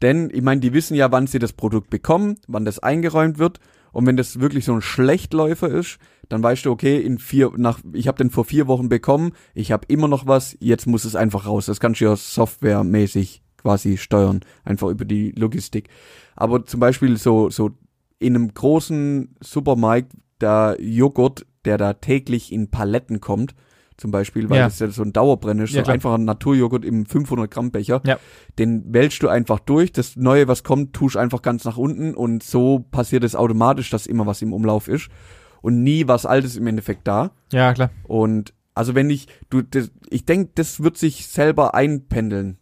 Speaker 2: Denn, ich meine, die wissen ja, wann sie das Produkt bekommen, wann das eingeräumt wird. Und wenn das wirklich so ein Schlechtläufer ist, dann weißt du, okay, in vier, nach, ich habe den vor vier Wochen bekommen, ich habe immer noch was, jetzt muss es einfach raus. Das kannst du ja softwaremäßig quasi steuern, einfach über die Logistik. Aber zum Beispiel so, so in einem großen Supermarkt, da Joghurt, der da täglich in Paletten kommt, zum Beispiel, weil
Speaker 1: Ja.
Speaker 2: das ja so ein Dauerbrenner ist,
Speaker 1: Ja,
Speaker 2: so
Speaker 1: klar.
Speaker 2: einfacher Naturjoghurt im 500 Gramm Becher,
Speaker 1: Ja.
Speaker 2: den wälzt du einfach durch, das Neue, was kommt, tust einfach ganz nach unten und so passiert es automatisch, dass immer was im Umlauf ist und nie was Altes im Endeffekt da.
Speaker 1: Ja, klar.
Speaker 2: Und also wenn ich, du, das, ich denke, das wird sich selber einpendeln.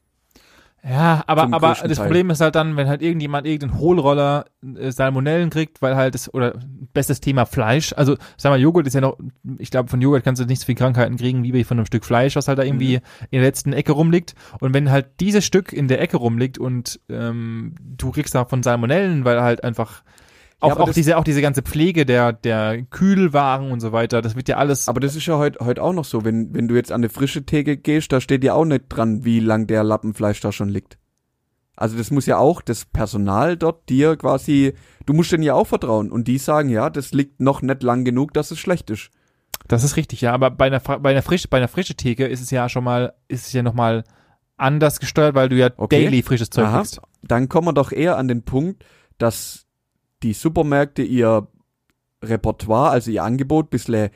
Speaker 1: Ja, aber,
Speaker 2: Zum
Speaker 1: aber
Speaker 2: größten
Speaker 1: das
Speaker 2: Teil.
Speaker 1: Problem ist halt dann, wenn halt irgendjemand irgendeinen Hohlroller äh, Salmonellen kriegt, weil halt das, oder bestes Thema Fleisch, also sag mal, Joghurt ist ja noch, ich glaube, von Joghurt kannst du nicht so viele Krankheiten kriegen, wie von einem Stück Fleisch, was halt da irgendwie
Speaker 2: Mhm.
Speaker 1: in der letzten Ecke rumliegt. Und wenn halt dieses Stück in der Ecke rumliegt und ähm, du kriegst da von Salmonellen, weil halt einfach auch,
Speaker 2: aber
Speaker 1: auch,
Speaker 2: das-
Speaker 1: diese, auch diese ganze Pflege der, der Kühlwaren und so weiter, das wird ja alles
Speaker 2: Aber das ist ja heute heut auch noch so. Wenn, wenn du jetzt an eine frische Theke gehst, da steht ja auch nicht dran, wie lang der Lappenfleisch da schon liegt. Also das muss ja auch das Personal dort dir quasi, du musst denen ja auch vertrauen. Und die sagen, ja, das liegt noch nicht lang genug, dass es schlecht ist.
Speaker 1: Das ist richtig, ja, aber bei einer, Fra- bei einer, frisch, bei einer frischen Theke ist es ja schon mal, ist es ja nochmal anders gesteuert, weil du ja
Speaker 2: Okay.
Speaker 1: daily frisches Zeug
Speaker 2: Aha.
Speaker 1: kriegst.
Speaker 2: Dann kommen wir doch eher an den Punkt, dass die Supermärkte ihr Repertoire, also ihr Angebot, bisschen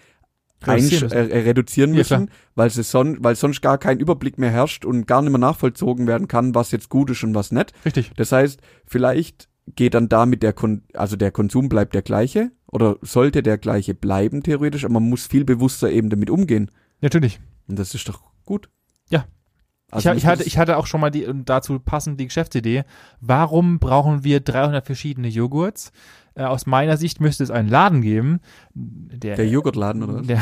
Speaker 1: Reduzieren müssen.
Speaker 2: reduzieren müssen, äh, äh, reduzieren
Speaker 1: Ja,
Speaker 2: müssen weil, sie son weil sonst gar kein Überblick mehr herrscht und gar nicht mehr nachvollzogen werden kann, was jetzt gut ist und was nicht.
Speaker 1: Richtig.
Speaker 2: Das heißt, vielleicht geht dann damit der Kon also der Konsum bleibt der gleiche oder sollte der gleiche bleiben theoretisch, aber man muss viel bewusster eben damit umgehen
Speaker 1: Natürlich.
Speaker 2: und das ist doch gut.
Speaker 1: Ja.
Speaker 2: Also
Speaker 1: ich, ich,
Speaker 2: das
Speaker 1: hatte,
Speaker 2: ist-
Speaker 1: ich hatte auch schon mal die, und dazu passend die Geschäftsidee. Warum brauchen wir 300 verschiedene Joghurts? Äh, aus meiner Sicht müsste es einen Laden geben, der,
Speaker 2: der Joghurtladen oder was?
Speaker 1: der,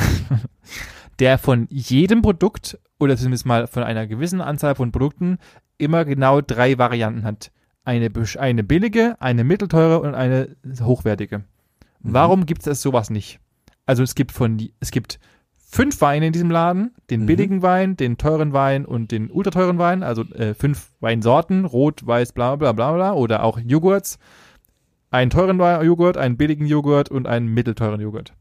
Speaker 1: der von jedem Produkt oder zumindest mal von einer gewissen Anzahl von Produkten immer genau drei Varianten hat. Eine, besch- eine billige, eine mittelteure und eine hochwertige.
Speaker 2: Mhm.
Speaker 1: Warum gibt es sowas nicht? Also es gibt von es gibt fünf Weine in diesem Laden, den
Speaker 2: Mhm.
Speaker 1: billigen Wein, den teuren Wein und den ultrateuren Wein, also äh, fünf Weinsorten, rot, weiß, bla bla bla bla oder auch Joghurts. Einen teuren Wa- Joghurt, einen billigen Joghurt und einen mittelteuren Joghurt.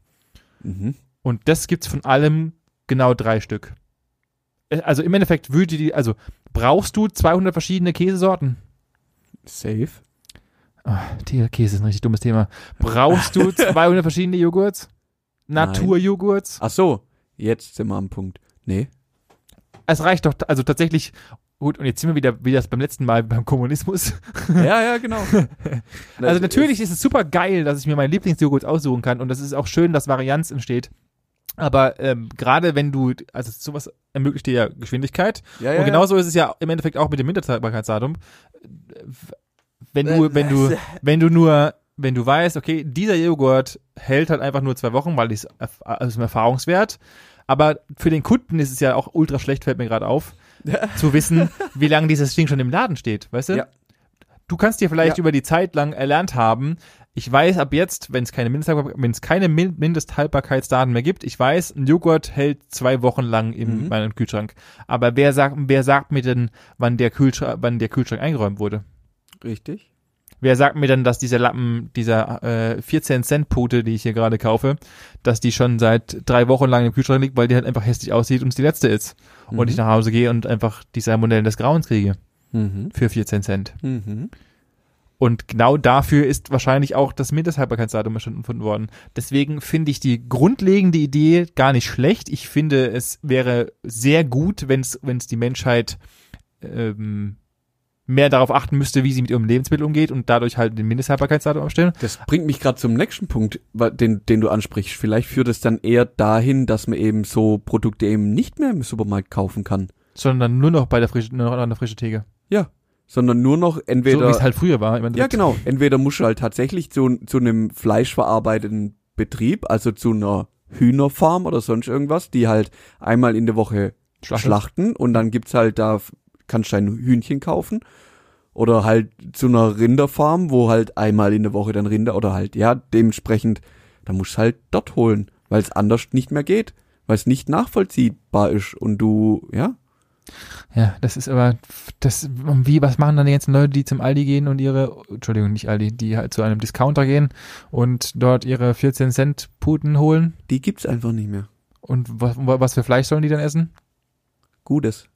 Speaker 2: Mhm.
Speaker 1: Und das gibt's von allem genau drei Stück. Äh, Also im Endeffekt würde die, also brauchst du 200 verschiedene Käsesorten?
Speaker 2: Safe.
Speaker 1: Digga, Käse ist ein richtig dummes Thema. Brauchst du 200 verschiedene Joghurts?
Speaker 2: Nein.
Speaker 1: Naturjoghurts?
Speaker 2: Ach so, jetzt sind wir am Punkt. Nee.
Speaker 1: es reicht doch, also tatsächlich, gut, und jetzt sind wir wieder, wie das beim letzten Mal beim Kommunismus.
Speaker 2: Ja, ja, genau.
Speaker 1: Also natürlich ist es super geil, dass ich mir meinen Lieblingsjoghurt aussuchen kann und das ist auch schön, dass Varianz entsteht. Aber ähm, gerade wenn du, also sowas ermöglicht dir ja Geschwindigkeit.
Speaker 2: Ja, ja,
Speaker 1: und genau- genauso ist es ja im Endeffekt auch mit dem Minderzeitbarkeitsdatum. Wenn du, wenn du, wenn du nur, wenn du weißt, okay, dieser Joghurt hält halt einfach nur zwei Wochen, weil das ist ein Erfahrungswert. Aber für den Kunden ist es ja auch ultra schlecht, fällt mir gerade auf, zu wissen, wie lange dieses Ding schon im Laden steht, weißt du?
Speaker 2: Ja.
Speaker 1: Du kannst dir vielleicht
Speaker 2: Ja.
Speaker 1: über die Zeit lang erlernt haben, ich weiß ab jetzt, wenn es keine, Mindesthaltbar wenn's keine Min- Mindesthaltbarkeitsdaten mehr gibt, ich weiß, ein Joghurt hält zwei Wochen lang in
Speaker 2: Mhm.
Speaker 1: meinem Kühlschrank. Aber wer sagt, wer sagt mir denn, wann der, Kühlschrank, wann der Kühlschrank eingeräumt wurde?
Speaker 2: Richtig.
Speaker 1: Wer sagt mir denn, dass dieser Lappen, dieser äh, 14-Cent-Pute, die ich hier gerade kaufe, dass die schon seit drei Wochen lang im Kühlschrank liegt, weil die halt einfach hässlich aussieht und es die letzte ist. Und ich nach Hause gehe und einfach die Salmonellen des Grauens kriege
Speaker 2: Mhm.
Speaker 1: für 14 Cent.
Speaker 2: Mhm.
Speaker 1: Und genau dafür ist wahrscheinlich auch das Mindesthaltbarkeitsdatum erfunden worden. Deswegen finde ich die grundlegende Idee gar nicht schlecht. Ich finde, es wäre sehr gut, wenn es wenn es die Menschheit ähm, mehr darauf achten müsste, wie sie mit ihrem Lebensmittel umgeht und dadurch halt den Mindesthaltbarkeitsdatum aufstellen.
Speaker 2: Das bringt mich gerade zum nächsten Punkt, wa- den, den du ansprichst. Vielleicht führt es dann eher dahin, dass man eben so Produkte eben nicht mehr im Supermarkt kaufen kann,
Speaker 1: sondern nur noch bei der frischen, nur noch an der frischen Theke.
Speaker 2: sondern nur noch
Speaker 1: So wie
Speaker 2: entweder
Speaker 1: es halt früher war. Ich meine,
Speaker 2: Ja, genau. Entweder musst du halt tatsächlich zu, zu einem fleischverarbeitenden Betrieb, also zu einer Hühnerfarm oder sonst irgendwas, die halt einmal in der Woche
Speaker 1: Schlachten.
Speaker 2: schlachten und dann gibt's halt da, f- kannst du ein Hühnchen kaufen oder halt zu einer Rinderfarm, wo halt einmal in der Woche dann Rinder oder halt, ja, dementsprechend, dann musst du halt dort holen, weil es anders nicht mehr geht, weil es nicht nachvollziehbar ist und du, ja,
Speaker 1: Ja, das ist aber, das, wie, was machen dann die ganzen Leute, die zum Aldi gehen und ihre, Entschuldigung, nicht Aldi, die halt zu einem Discounter gehen und dort ihre 14 Cent Puten holen?
Speaker 2: die gibt's einfach nicht mehr.
Speaker 1: Und was, was für Fleisch sollen die dann essen?
Speaker 2: Gutes.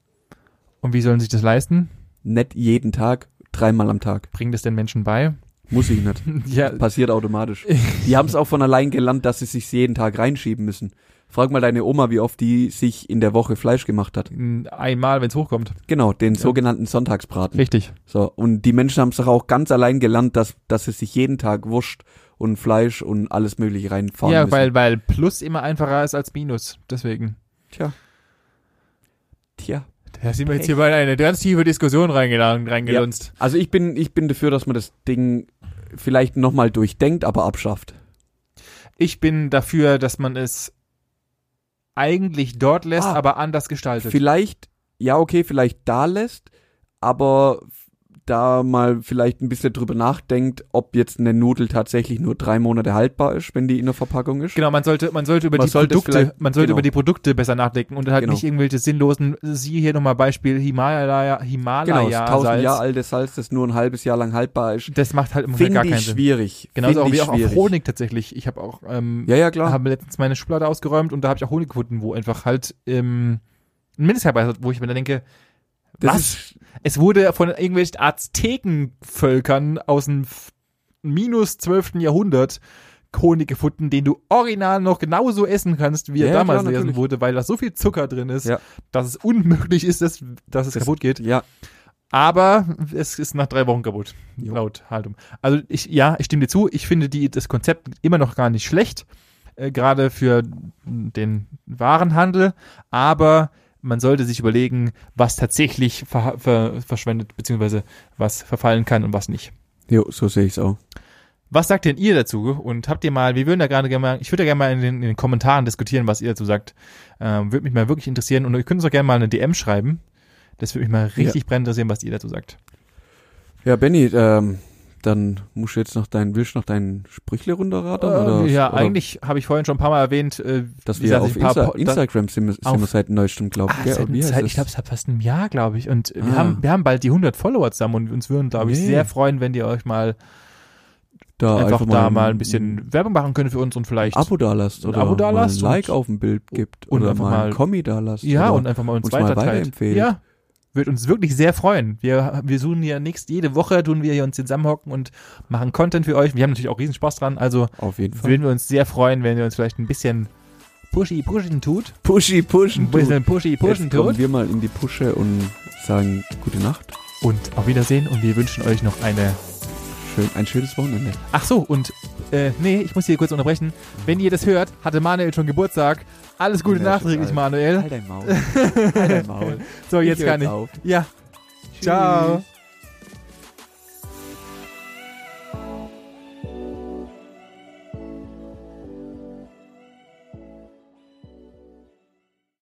Speaker 1: Und wie sollen sich das leisten?
Speaker 2: Nicht jeden Tag, dreimal am Tag.
Speaker 1: Bringen das den Menschen bei?
Speaker 2: Muss ich nicht.
Speaker 1: ja,
Speaker 2: Passiert automatisch. Die haben es auch von allein gelernt, dass sie sich jeden Tag reinschieben müssen. Frag mal deine Oma, wie oft die sich in der Woche Fleisch gemacht hat.
Speaker 1: einmal, wenn es hochkommt.
Speaker 2: Genau, den sogenannten Sonntagsbraten.
Speaker 1: Richtig.
Speaker 2: So, und die Menschen haben es doch auch ganz allein gelernt, dass, dass sie sich jeden Tag Wurst und Fleisch und alles mögliche reinfahren
Speaker 1: ja,
Speaker 2: müssen.
Speaker 1: weil, weil Plus immer einfacher ist als Minus. Deswegen.
Speaker 2: Tja. Tja.
Speaker 1: Da sind wir jetzt hier bei eine ganz tiefe Diskussion reingelangt, reingelunzt.
Speaker 2: Also ich bin, ich bin dafür, dass man das Ding vielleicht nochmal durchdenkt, aber abschafft.
Speaker 1: Ich bin dafür, dass man es eigentlich dort lässt,
Speaker 2: Ah.
Speaker 1: aber anders gestaltet.
Speaker 2: Vielleicht, ja okay, vielleicht da lässt, aber f- da mal vielleicht ein bisschen drüber nachdenkt, ob jetzt eine Nudel tatsächlich nur drei Monate haltbar ist, wenn die in der Verpackung ist.
Speaker 1: Genau, man sollte, man sollte über
Speaker 2: Man
Speaker 1: die
Speaker 2: sollte
Speaker 1: Produkte,
Speaker 2: vielleicht-
Speaker 1: man sollte
Speaker 2: genau.
Speaker 1: über die Produkte besser nachdenken und halt
Speaker 2: Genau.
Speaker 1: nicht irgendwelche sinnlosen, siehe hier nochmal Beispiel Himalaya,
Speaker 2: Genau, das
Speaker 1: Himalaya
Speaker 2: 1000 Jahre
Speaker 1: Ah, Salz.
Speaker 2: alte Salz, das nur ein halbes Jahr lang haltbar ist.
Speaker 1: Das macht halt im Moment gar
Speaker 2: Finde
Speaker 1: keinen
Speaker 2: ich
Speaker 1: Sinn.
Speaker 2: schwierig.
Speaker 1: Genauso
Speaker 2: Find
Speaker 1: auch wie
Speaker 2: ich
Speaker 1: auch auf Honig tatsächlich. Ich habe auch, ähm,
Speaker 2: Ja, ja, klar.
Speaker 1: habe letztens meine Schublade ausgeräumt und da habe ich auch Honig gefunden, wo einfach halt ähm, ein Mindesthalber hat, wo ich mir dann denke,
Speaker 2: Das
Speaker 1: was?
Speaker 2: Ist,
Speaker 1: es wurde von irgendwelchen Aztekenvölkern aus dem f- minus 12. Jahrhundert Honig gefunden, den du original noch genauso essen kannst, wie er
Speaker 2: Ja, ja,
Speaker 1: damals
Speaker 2: klar,
Speaker 1: gegessen
Speaker 2: natürlich.
Speaker 1: wurde, weil da so viel Zucker drin ist,
Speaker 2: Ja.
Speaker 1: dass es unmöglich ist, dass, dass es
Speaker 2: Das-
Speaker 1: kaputt geht.
Speaker 2: ja,
Speaker 1: Aber es ist nach drei Wochen kaputt,
Speaker 2: Jo.
Speaker 1: laut Haltung. Also ich, ja, ich stimme dir zu. Ich finde die, das Konzept immer noch gar nicht schlecht, äh, gerade für den Warenhandel. Aber man sollte sich überlegen, was tatsächlich ver ver verschwendet, beziehungsweise was verfallen kann und was nicht.
Speaker 2: jo, so sehe ich es auch.
Speaker 1: Was sagt denn ihr dazu? Und habt ihr mal, wir würden da gerade gerne mal, ich würde da gerne mal in den, in den Kommentaren diskutieren, was ihr dazu sagt. Ähm, würde mich mal wirklich interessieren. Und ihr könnt uns auch gerne mal eine DM schreiben. Das würde mich mal richtig brennend interessieren, was ihr dazu sagt.
Speaker 2: Ja, Benny, ähm, dann musst du jetzt noch deinen, willst du noch deinen Sprüchle runterraten?
Speaker 1: Äh,
Speaker 2: oder,
Speaker 1: ja,
Speaker 2: oder
Speaker 1: eigentlich habe ich vorhin schon ein paar Mal erwähnt, äh,
Speaker 2: Dass
Speaker 1: dass
Speaker 2: wir auf
Speaker 1: ich ein paar
Speaker 2: Insta
Speaker 1: Po-
Speaker 2: Instagram sind, wir- sind
Speaker 1: auf-
Speaker 2: wir seit neuestem, glaube
Speaker 1: Ah,
Speaker 2: ich.
Speaker 1: seit einer Zeit, ich glaube, es hat fast ein Jahr, glaube ich. Und äh, wir,
Speaker 2: Ah.
Speaker 1: haben, wir haben bald die 100 Follower zusammen und uns würden, glaube ich,
Speaker 2: Nee.
Speaker 1: sehr freuen, wenn ihr euch mal
Speaker 2: da
Speaker 1: einfach, da mal ein bisschen Werbung machen könnt für uns und vielleicht.
Speaker 2: ein Abo da lasst
Speaker 1: ein
Speaker 2: oder
Speaker 1: Abo da
Speaker 2: mal ein
Speaker 1: lasst
Speaker 2: Like
Speaker 1: und-
Speaker 2: auf dem Bild gibt
Speaker 1: und
Speaker 2: oder
Speaker 1: einfach
Speaker 2: mal
Speaker 1: mal-
Speaker 2: ein Kommi da lasst.
Speaker 1: ja,
Speaker 2: oder,
Speaker 1: und einfach mal uns,
Speaker 2: uns mal
Speaker 1: weiterteilt.
Speaker 2: weiterempfehlt.
Speaker 1: Ja, wird uns wirklich sehr freuen. Wir, wir suchen ja nächst, jede Woche tun wir hier uns zusammenhocken und machen Content für euch. Wir haben natürlich auch riesen Spaß dran. Also
Speaker 2: auf jeden Fall.
Speaker 1: würden wir uns sehr freuen, wenn ihr uns vielleicht ein bisschen pushy, pushen tut.
Speaker 2: Pushy, pushen,
Speaker 1: Ein bisschen pushy, pushen
Speaker 2: Jetzt kommen
Speaker 1: tut.
Speaker 2: wir mal in die Pusche und sagen gute Nacht.
Speaker 1: Und auf Wiedersehen und wir wünschen euch noch eine
Speaker 2: Schön, ein schönes Wochenende.
Speaker 1: Ach so, und äh, nee, ich muss hier kurz unterbrechen. Wenn ihr das hört, hatte Manuel schon Geburtstag. Alles Gute
Speaker 2: Ja,
Speaker 1: nachträglich,
Speaker 2: stimmt,
Speaker 1: Manuel.
Speaker 2: dein Maul. Halt dein Maul.
Speaker 1: So, jetzt kann ich.
Speaker 2: Auf.
Speaker 1: Ja. Ciao.
Speaker 2: Tschüss.